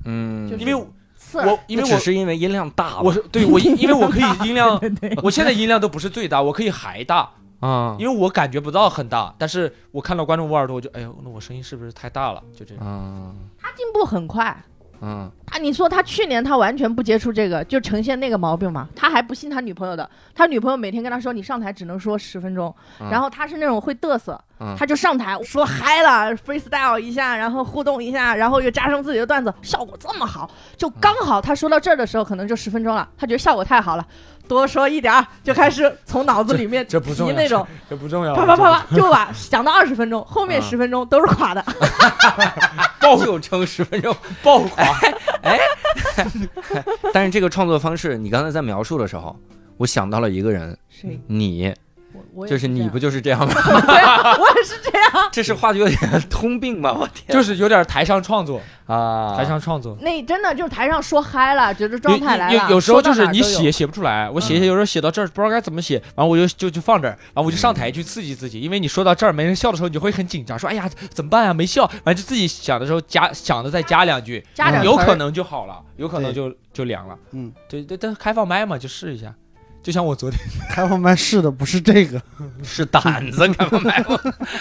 S1: 嗯，
S6: 就是
S8: 因为
S6: 刺耳。
S8: 我因为
S1: 那只
S8: 我
S1: 是因为音量大了，
S8: 我是对我因因为我可以音量，我现在音量都不是最大，我可以还大，
S1: 啊
S8: 因为我感觉不到很大，但是我看到观众捂耳朵，我就哎呦，那我声音是不是太大了？就这样。
S1: 啊
S6: 他进步很快。
S1: 嗯
S6: 啊，你说他去年他完全不接触这个，就呈现那个毛病嘛？他还不信他女朋友的，他女朋友每天跟他说，你上台只能说十分钟，
S1: 嗯
S6: 然后他是那种会嘚瑟，
S1: 嗯
S6: 他就上台说嗨了，freestyle 一下，然后互动一下，然后又加上自己的段子，效果这么好，就刚好他说到这儿的时候，可能就十分钟了，他觉得效果太好了，多说一点儿，就开始从脑子里面
S8: 这不重
S6: 提
S8: 要
S6: 那种，
S8: 这不重要
S6: 啪啪啪啪， 就把讲到二十分钟，后
S1: 嗯
S6: 面十分钟都是垮的，
S8: 嗯
S1: 爆 就撑十分钟，哎
S8: 爆 垮。
S1: 但是这个创作方式，你刚才在描述的时候，我想到了一个人，
S6: 谁？
S1: 你
S6: 我我也
S1: 就是
S6: 这
S1: 你
S6: 样
S1: 不就是这样吗？
S6: 我也是这样。
S1: 这是话剧的通病吧？我天
S8: 就是有点台上创作，
S1: 啊！
S8: 台上创作。
S6: 那真的就是台上说嗨了，觉得
S8: 有
S6: 状态来了。
S8: 有有时
S6: 说
S8: 候就
S6: 到
S8: 是
S6: 哪儿
S8: 你
S6: 都有
S8: 写写不出来，我写写有时候写到这儿不知道该怎么写，完我就就就放这儿，啊然后我就上台去刺激自己，因为你说到这儿没人笑的时候，你就会很紧张，说哎呀怎么办呀没笑，完就自己想的时候加想着再加两句，
S6: 加点
S8: 嗯有
S6: 词儿
S8: 可能就好了，有可能就就凉了。
S4: 嗯，
S8: 对对，但开放麦嘛就试一下，就像我昨天
S4: 开放麦试的不是这个，
S1: 是胆子，看不来。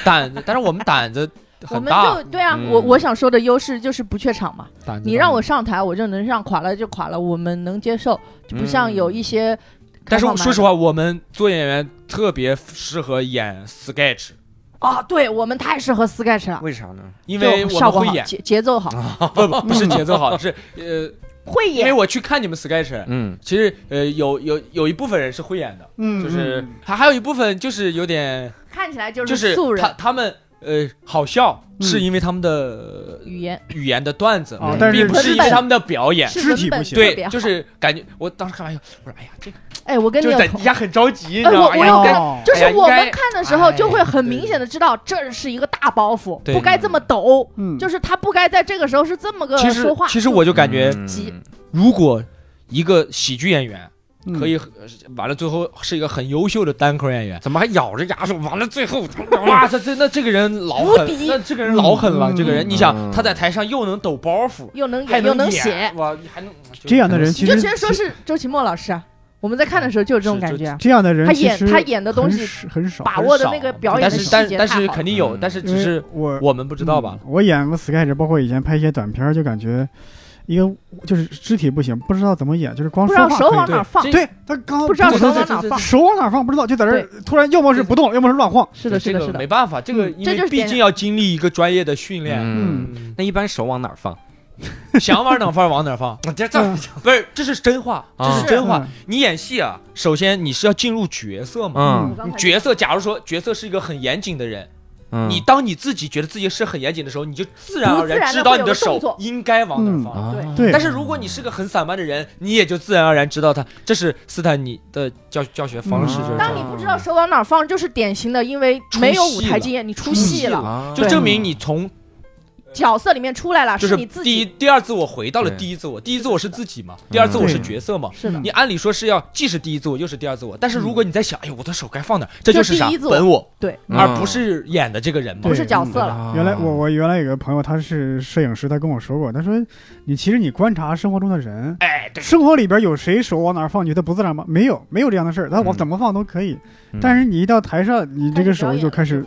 S8: 胆子，但是我们胆子
S6: 我
S8: 很
S6: 们
S8: 大
S6: 就，对啊，
S1: 嗯
S6: 我我想说的优势就是不怯场嘛。
S8: 胆子
S6: 你
S8: 很
S6: 让
S8: 大
S6: 我，上台，我就能上，垮了就垮了，我们能接受，就不像有一些。
S8: 嗯但是我说实
S6: 话，
S8: 话，我们做演员特别适合演 sketch，
S6: 啊，对我们太适合 sketch 了，
S1: 为啥呢？
S8: 因为
S6: 就
S8: 我
S6: 效
S8: 们
S6: 果
S8: 会
S6: 好，
S8: 演，啊
S6: 节节奏好，
S8: 不不不是节奏好， 是呃。
S6: 会
S8: 因为
S6: 演。
S8: 我去看你们 sketch，
S1: 嗯
S8: 其实呃有有有一部分人是会演的，
S2: 嗯
S8: 就是还还有一部分就是有点
S6: 看起来就
S8: 就是
S6: 素
S8: 他
S6: 人
S8: 他们呃好笑是因为他们的
S6: 语言，
S8: 语言的段子
S6: 哦
S2: 啊，，但
S8: 并
S2: 是
S8: 不是因为他们的表演。
S6: 是
S2: 肢体
S6: 文本
S2: 不行
S6: 特别
S8: 对，
S6: 好
S8: 就是感觉我当时开玩笑，我说哎呀，这个
S6: 哎，我跟你
S8: 就是
S6: 有
S8: 在
S6: 同
S8: 底下很着急，你
S6: 哎
S8: 知道
S6: 我
S8: 吗？
S6: 我
S8: 哎呀
S6: 有
S8: 该
S6: 感，就是
S8: 哎呀
S6: 我
S8: 应
S6: 们
S8: 该
S6: 看的时候
S8: 哎
S6: 就会很明显的知道这是一个大包袱，
S8: 对
S6: 不该这么抖，
S4: 嗯
S6: 就是他不该在这个时候是这么个
S8: 其
S6: 说
S8: 实
S6: 话。
S8: 其实我就感觉，
S1: 嗯
S6: 急
S8: 如果一个喜剧演员
S2: 嗯
S8: 可以呃完了，最后是一个很优秀的单口演员，
S1: 怎么还咬着牙说？完了，最 后
S8: 哇，这这那这个人老
S6: 无
S8: 狠，
S6: 敌
S8: 那这个人老狠了。
S4: 嗯
S8: 这个人，
S1: 嗯
S8: 你想他在台上又能抖包袱，
S6: 又能
S8: 还
S6: 演又能
S8: 演
S6: 写，
S8: 哇，你还能
S2: 这样的人
S6: 你
S2: 其
S6: 就
S2: 实
S6: 直接说是周奇墨老师啊，我们在看的时候就有这种
S8: 是
S6: 感
S8: 就
S6: 觉啊，
S2: 这样的人
S6: 他
S2: 其
S6: 演
S2: 实
S6: 他演的东
S2: 很
S6: 西
S2: 少很少，
S6: 把握的那个
S8: 很少
S6: 表演
S8: 但
S6: 的
S8: 是
S6: 细
S8: 但
S6: 节
S8: 但
S6: 太
S8: 是
S6: 好
S8: 肯
S6: 了。
S8: 定有，
S1: 嗯
S8: 但是
S2: 因
S8: 只
S2: 为
S8: 是
S2: 我
S8: 我们不知道吧
S2: 嗯？我演过 sketch，包括以前拍一些短片儿，就感觉一个就是肢体不行，不知道怎么演，就是光
S6: 不
S2: 说
S6: 知道
S2: 话
S6: 手
S2: 可以
S6: 往哪儿放，
S8: 这
S2: 对他刚
S6: 不知道
S2: 就
S6: 手
S2: 是
S6: 往哪儿放。
S2: 手往哪儿放不知道，就在这儿突然要么是不动，要么是乱晃。
S6: 是的，是
S8: 这
S6: 的，
S8: 个
S6: 是的嗯
S8: 没。办法，这个因
S6: 这就
S8: 为
S6: 是别
S8: 毕
S6: 人
S8: 竟要经历一个专业的训练，
S1: 嗯，
S2: 嗯
S1: 那一般手往哪儿放？
S8: 想往哪儿放往哪儿放，
S1: 这这
S8: 不是，这是真话，这
S1: 啊
S8: 是真话
S2: 嗯。
S8: 你演戏啊，首先你是要进入角色嘛。
S1: 嗯
S6: 我刚才
S8: 角色，假如说角色是一个很严谨的人，
S1: 嗯，
S8: 你当你自己觉得自己是很严谨的时候，你就自然
S6: 不
S8: 而
S6: 自然地
S8: 啊知道
S6: 会
S8: 你
S6: 有
S8: 的
S6: 个动
S8: 手
S6: 作
S8: 应该往哪儿放。
S1: 啊
S6: 对
S2: 嗯对
S8: 但是如果你是个很散漫的人，你也就自然而然知道他。这是斯坦尼的呃教教学方
S2: 嗯
S8: 式，就是这
S6: 当
S8: 样
S6: 你不知道手往哪儿放，就是典型的，因为没有舞台经验，你出戏了，
S1: 啊，
S8: 就证明你从
S6: 角色里面出来了，
S8: 就是是
S6: 你自
S8: 第一
S6: 己。
S8: 第二次我回到了
S1: 对
S8: 第一自我，第一自我是自己嘛，第二自我是角色嘛。
S6: 是的
S2: 嗯，
S8: 你按理说是要既是第一自我又是第二自我，但是如果你在想，哎呦，我的手该放哪儿？这就是啥
S6: 嗯就第一自我
S8: 本我，
S6: 对，
S1: 嗯
S8: 而不是演的这个人嘛
S6: 不。是角色了，
S1: 啊
S2: 原来我我原来有个朋友，他是摄影师，他跟我说过，他说你其实你观察生活中的人，
S8: 哎，对，
S2: 生活里边有谁手往哪儿放，你觉得不自然吗？没有，没有这样的事儿，他我
S1: 嗯
S2: 怎么放都可以。
S1: 嗯
S2: 但是你一到台上，你这个手就开始，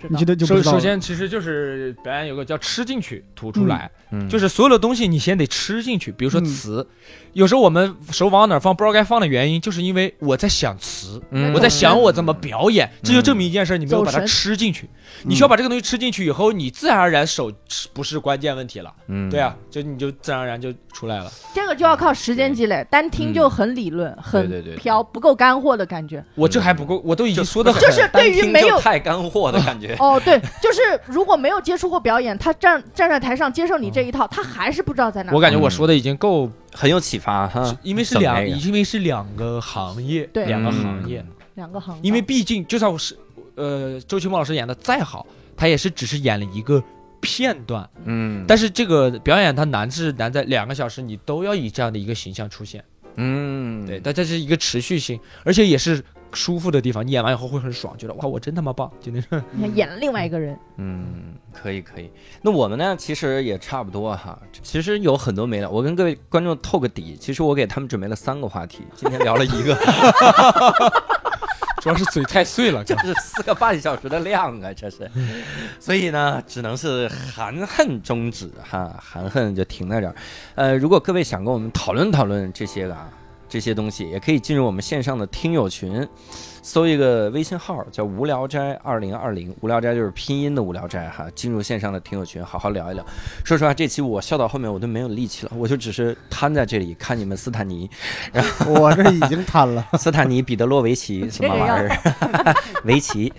S6: 不
S2: 你觉
S6: 知道。
S2: 得就不
S8: 首
S2: 知道
S8: 首
S2: 了。
S8: 先其实就是表演有个叫吃进去吐出来，
S1: 嗯
S8: 就是所有的东西你先得吃进去，比如说
S2: 嗯
S8: 词，有时候我们手往哪儿放不知道该放的原因，就是因为我在想词，
S1: 嗯
S8: 我在想我怎么表演，这就证明一件事，你没有把
S6: 走
S8: 它
S6: 神
S8: 吃进去，你需要把这个东西吃进去以后，你自然而然手吃不是关键问题了，
S1: 嗯
S8: 对啊，就你就自然而然就出来了。
S6: 这个就要靠时间积累，单听就很理论，
S1: 对
S6: 很
S1: 对对
S6: 飘，不够干货的感觉。
S8: 我这还不够，我都已经说的很，
S6: 就是对于没有
S1: 太干货的感 觉，
S6: 哦，对，就是如果没有接触过表演，他站站在台上接受你这一套，他还是不知道
S1: 嗯
S6: 在哪
S8: 我。感觉我说的已经够，
S1: 很有启发哈。
S8: 因为嗯是
S1: 整
S8: 两，
S1: 那个
S8: 因为是两个行
S1: 嗯
S8: 业，
S6: 对
S8: 两个行业，
S6: 两个行当，
S8: 因为毕竟就算我是，呃，周奇墨老师演的再好，他也是只是演了一个片段，
S1: 嗯，
S8: 但是这个表演它难是难在两个小时你都要以这样的一个形象出现，
S1: 嗯，
S8: 对，但这是一个持续性，而且也是舒服的地方，你演完以后会很爽，觉得哇，我真他妈棒，就那种，
S6: 你看演了另外一个人，
S1: 嗯，可以可以。那我们呢，其实也差不多哈。其实有很多没聊，我跟各位观众透个底，其实我给他们准备了三个话题，今天聊了 一个，
S8: 主要是嘴太碎了，
S1: 就是四个半小时的量啊，这是。 所以呢，只能是含恨终止哈，含恨就停在这儿。呃，如果各位想跟我们讨论讨论这些个啊，这些东西，也可以进入我们线上的听友群，搜一个微信号叫“无聊斋二零二零”，无聊斋就是拼音的无聊斋哈。进入线上的听友群，好好聊一聊。说实话，这期我笑到后面我都没有力气了，我就只是瘫在这里看你们斯坦尼、
S4: 我这已经瘫了。
S1: 斯坦尼、彼得洛维奇什么玩意儿， 围棋。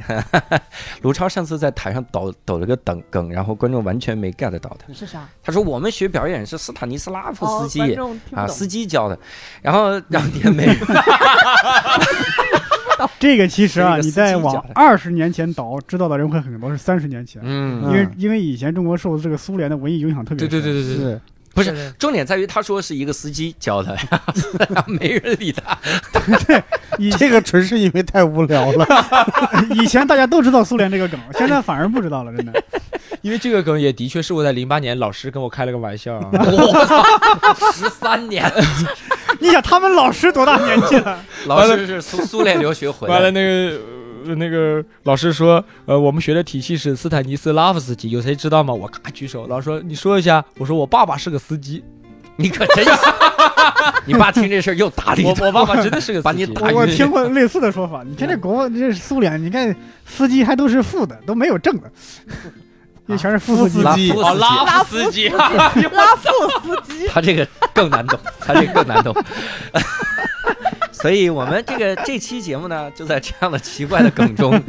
S1: 卢超上次在台上抖抖了个梗梗，然后观众完全没 get 到他。
S6: 是啥？
S1: 他说我们学表演是斯坦尼斯拉夫斯基、
S6: 哦观众听不
S1: 啊，
S6: 懂
S1: 司机教的，然后让天美
S2: 这个其实啊，
S1: 这个
S2: 你
S1: 司机
S2: 再往
S1: 讲的
S2: 二十年前倒，知道的人会很多，是三十年前。
S1: 嗯
S2: 因为
S4: 嗯
S2: 因为以前中国受这个苏联的文艺影响特别
S8: 对
S2: 深，
S8: 对对对对对，
S4: 是，
S1: 不是，重点在于他说是一个司机教的，没人理他。
S2: 以
S4: 这个纯是因为太无聊了。
S2: 以前大家都知道苏联这个梗，现在反而不知道了，真的。
S8: 因为这个梗也的确是我在零八年老师跟我开了个玩笑啊，
S1: 我操，十三年，
S2: 你想他们老师多大年纪了？
S1: 老师是苏苏联留学回
S8: 完了，
S1: 来的，
S8: 那个、呃那个老师说，呃，我们学的体系是斯坦尼斯拉夫斯基，有谁知道吗？我咔举手，老师说你说一下，我说我爸爸是个司机，
S1: 你可真行。你爸听这事儿又打你
S8: 我
S1: 一
S8: 我爸爸真的是 个
S1: 把
S8: 司
S1: 你
S8: 机，
S1: 打嗯
S2: 我我听过类似的说法。你看这国，这苏联，你看司机还都是副的，都没有 正的，也全是副司机。
S1: 顿拉
S4: 机
S1: 夫
S8: 哦，
S1: 斯基。
S8: 拉夫斯基，
S6: 拉夫斯基。
S1: 他这个更难懂，他这个更难懂。 所以我们这个这期节目呢，就在这样的奇怪的梗中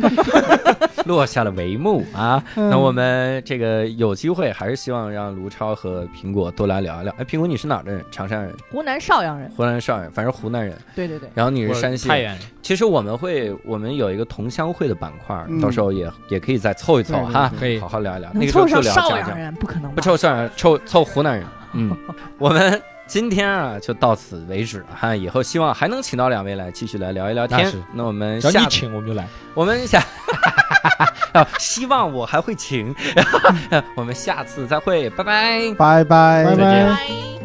S1: 落下了帷幕啊。
S2: 嗯
S1: 那我们这个有机会还是希望让卢超和苹果多来聊一聊。哎，苹果你是哪儿的人？长沙人、
S6: 湖南邵阳人，
S1: 湖南邵阳，反正湖南人。
S6: 对对对，
S1: 然后你是
S8: 我
S1: 山西
S8: 太
S1: 人。
S8: 原人，
S1: 其实我们会，我们有一个同乡会的板块，
S2: 嗯
S1: 到时候也也可以再凑一凑
S2: 对对
S1: 哈，
S8: 可以
S1: 好好聊一聊。那
S6: 能
S1: 个时候
S6: 凑
S1: 就
S6: 上
S1: 聊家
S6: 邵阳
S1: 乡。
S6: 人不可能
S1: 不
S6: 吧？
S1: 凑上人，凑凑湖南人。嗯， 我们今天啊就到此为止了哈，以后希望还能请到两位来继续来聊一聊
S8: 那
S1: 天
S8: 是。
S1: 那我们
S8: 只要
S1: 下
S8: 你请我们就来，
S1: 我们下， 啊希望 我还会请。我们下次再会，拜拜。
S4: 拜拜
S2: 拜
S1: 再见
S2: 拜。
S6: 拜。